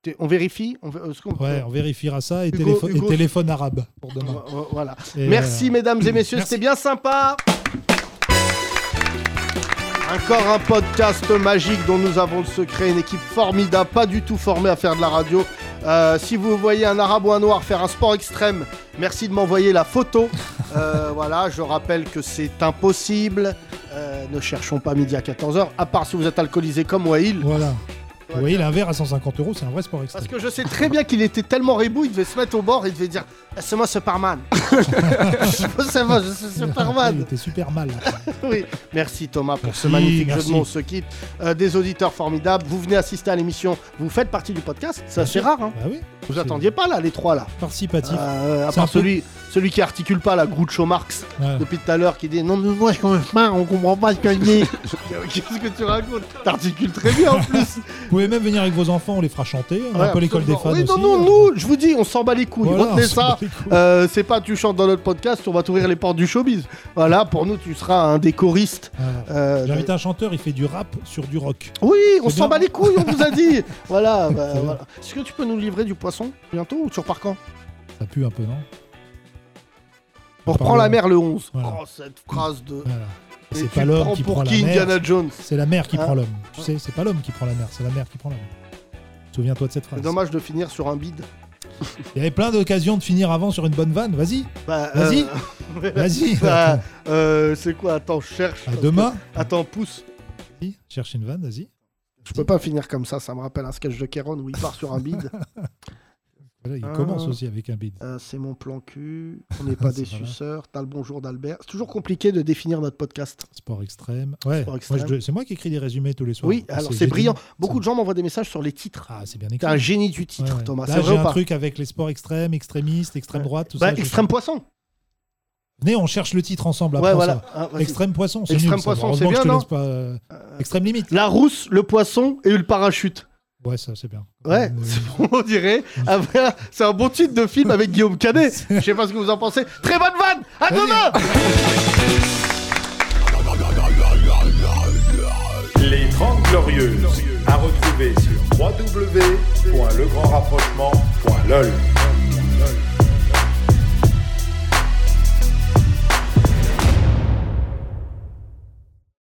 T'es- On vérifie on ve- est-ce qu'on- Ouais, on vérifiera ça et, Hugo, téléphone- et Hugo. téléphone arabe pour demain. Vo- Voilà. Et, Merci, euh, mesdames et messieurs, c'était bien sympa. Encore un podcast magique dont nous avons le secret, une équipe formidable, pas du tout formée à faire de la radio. Euh, si vous voyez un arabe ou un noir faire un sport extrême, merci de m'envoyer la photo. Euh, voilà, je rappelle que c'est impossible. Euh, ne cherchons pas midi à 14h, à part si vous êtes alcoolisé comme Wail. Voilà. Vous voyez, il a un verre à 150 euros, c'est un vrai sport extrême. Parce que je sais très bien qu'il était tellement rebou, il devait se mettre au bord, il devait dire eh, Laisse-moi ce parman. Laisse-moi ce Il Superman. était super mal. Oui. Merci Thomas pour ce Merci, magnifique jeu merci. de mots. On se quitte. Euh, des auditeurs formidables, vous venez assister à l'émission, vous faites partie du podcast, ça c'est rare. Hein. Bah oui. Vous attendiez pas là, les trois là Participatif. Euh, à C'est un part peu- celui, celui qui articule pas la Groucho Marx Ouais. depuis tout à l'heure qui dit non mais moi je comprends pas, on comprend pas ce qu'il dit. Qu'est-ce que tu racontes T'articules très bien en plus. Vous pouvez même venir avec vos enfants, on les fera chanter. On a Ouais, un peu l'école des fans absolument. Oui, aussi. hein. non, non, nous, je vous dis, on s'en bat les couilles. Voilà, Retenez on s'en ça. bat les couilles. Euh, c'est pas tu chantes dans notre podcast, on va t'ouvrir les portes du showbiz. Voilà, pour nous, tu seras un des choristes. Euh, J'ai invité un chanteur, il fait du rap sur du rock. Oui, on s'en C'est bien. bat les couilles, on vous a dit. voilà, bah, voilà. Est-ce que tu peux nous livrer du poisson bientôt ou tu repars quand Ça pue un peu, non On reprend Pardon. la mer le 11. Voilà. Oh, cette phrase de. Et C'est tu pas l'homme prends qui pour prend la qui, mer. Ah, Indiana Jones C'est la mer qui Hein prend l'homme. Tu sais, c'est pas l'homme qui prend la mer, c'est la mer qui prend l'homme. Souviens-toi de cette C'est phrase. dommage de finir sur un bide. Il y avait plein d'occasions de finir avant sur une bonne vanne. Vas-y. Bah, Vas-y. euh, Vas-y. bah, euh, c'est quoi Attends, je cherche. À demain. Attends, pousse. Vas-y, Cherche une vanne, vas-y. Je peux pas finir comme ça, ça me rappelle un sketch de Kéron où il part sur un bide. Voilà, il commence aussi avec un bide. Euh, c'est mon plan cul. On n'est pas C'est des pas mal. suceurs. T'as le bonjour d'Albert. C'est toujours compliqué de définir notre podcast. Sport extrême. Ouais, Sport moi, extrême. je dois- c'est moi qui écris des résumés tous les soirs. Oui, Ah, alors c'est génial. brillant. Beaucoup de gens m'envoient des messages sur les titres. Ah, c'est bien T'es un génie du titre, Ouais, ouais. Thomas. C'est Là, j'ai vrai ou un pas truc avec les sports extrêmes, extrémistes, extrême droite, tout Bah, ça. je- extrême poisson. Venez, on cherche le titre ensemble Ouais, après voilà. ça. Ah, vas-y. extrême poisson, c'est Extrême nul, ça. poisson, Heureusement c'est que bien, je te non laisse pas, euh, Extrême limite. La rousse, le poisson et le parachute. Ouais, ça c'est bien. Euh, Ouais, c'est- on dirait. Ah, voilà, c'est un bon titre de film avec Guillaume Canet. Je sais pas ce que vous en pensez. Très bonne vanne À demain Les 30 Glorieuses, à retrouver sur www.legrandrapprochement.lol.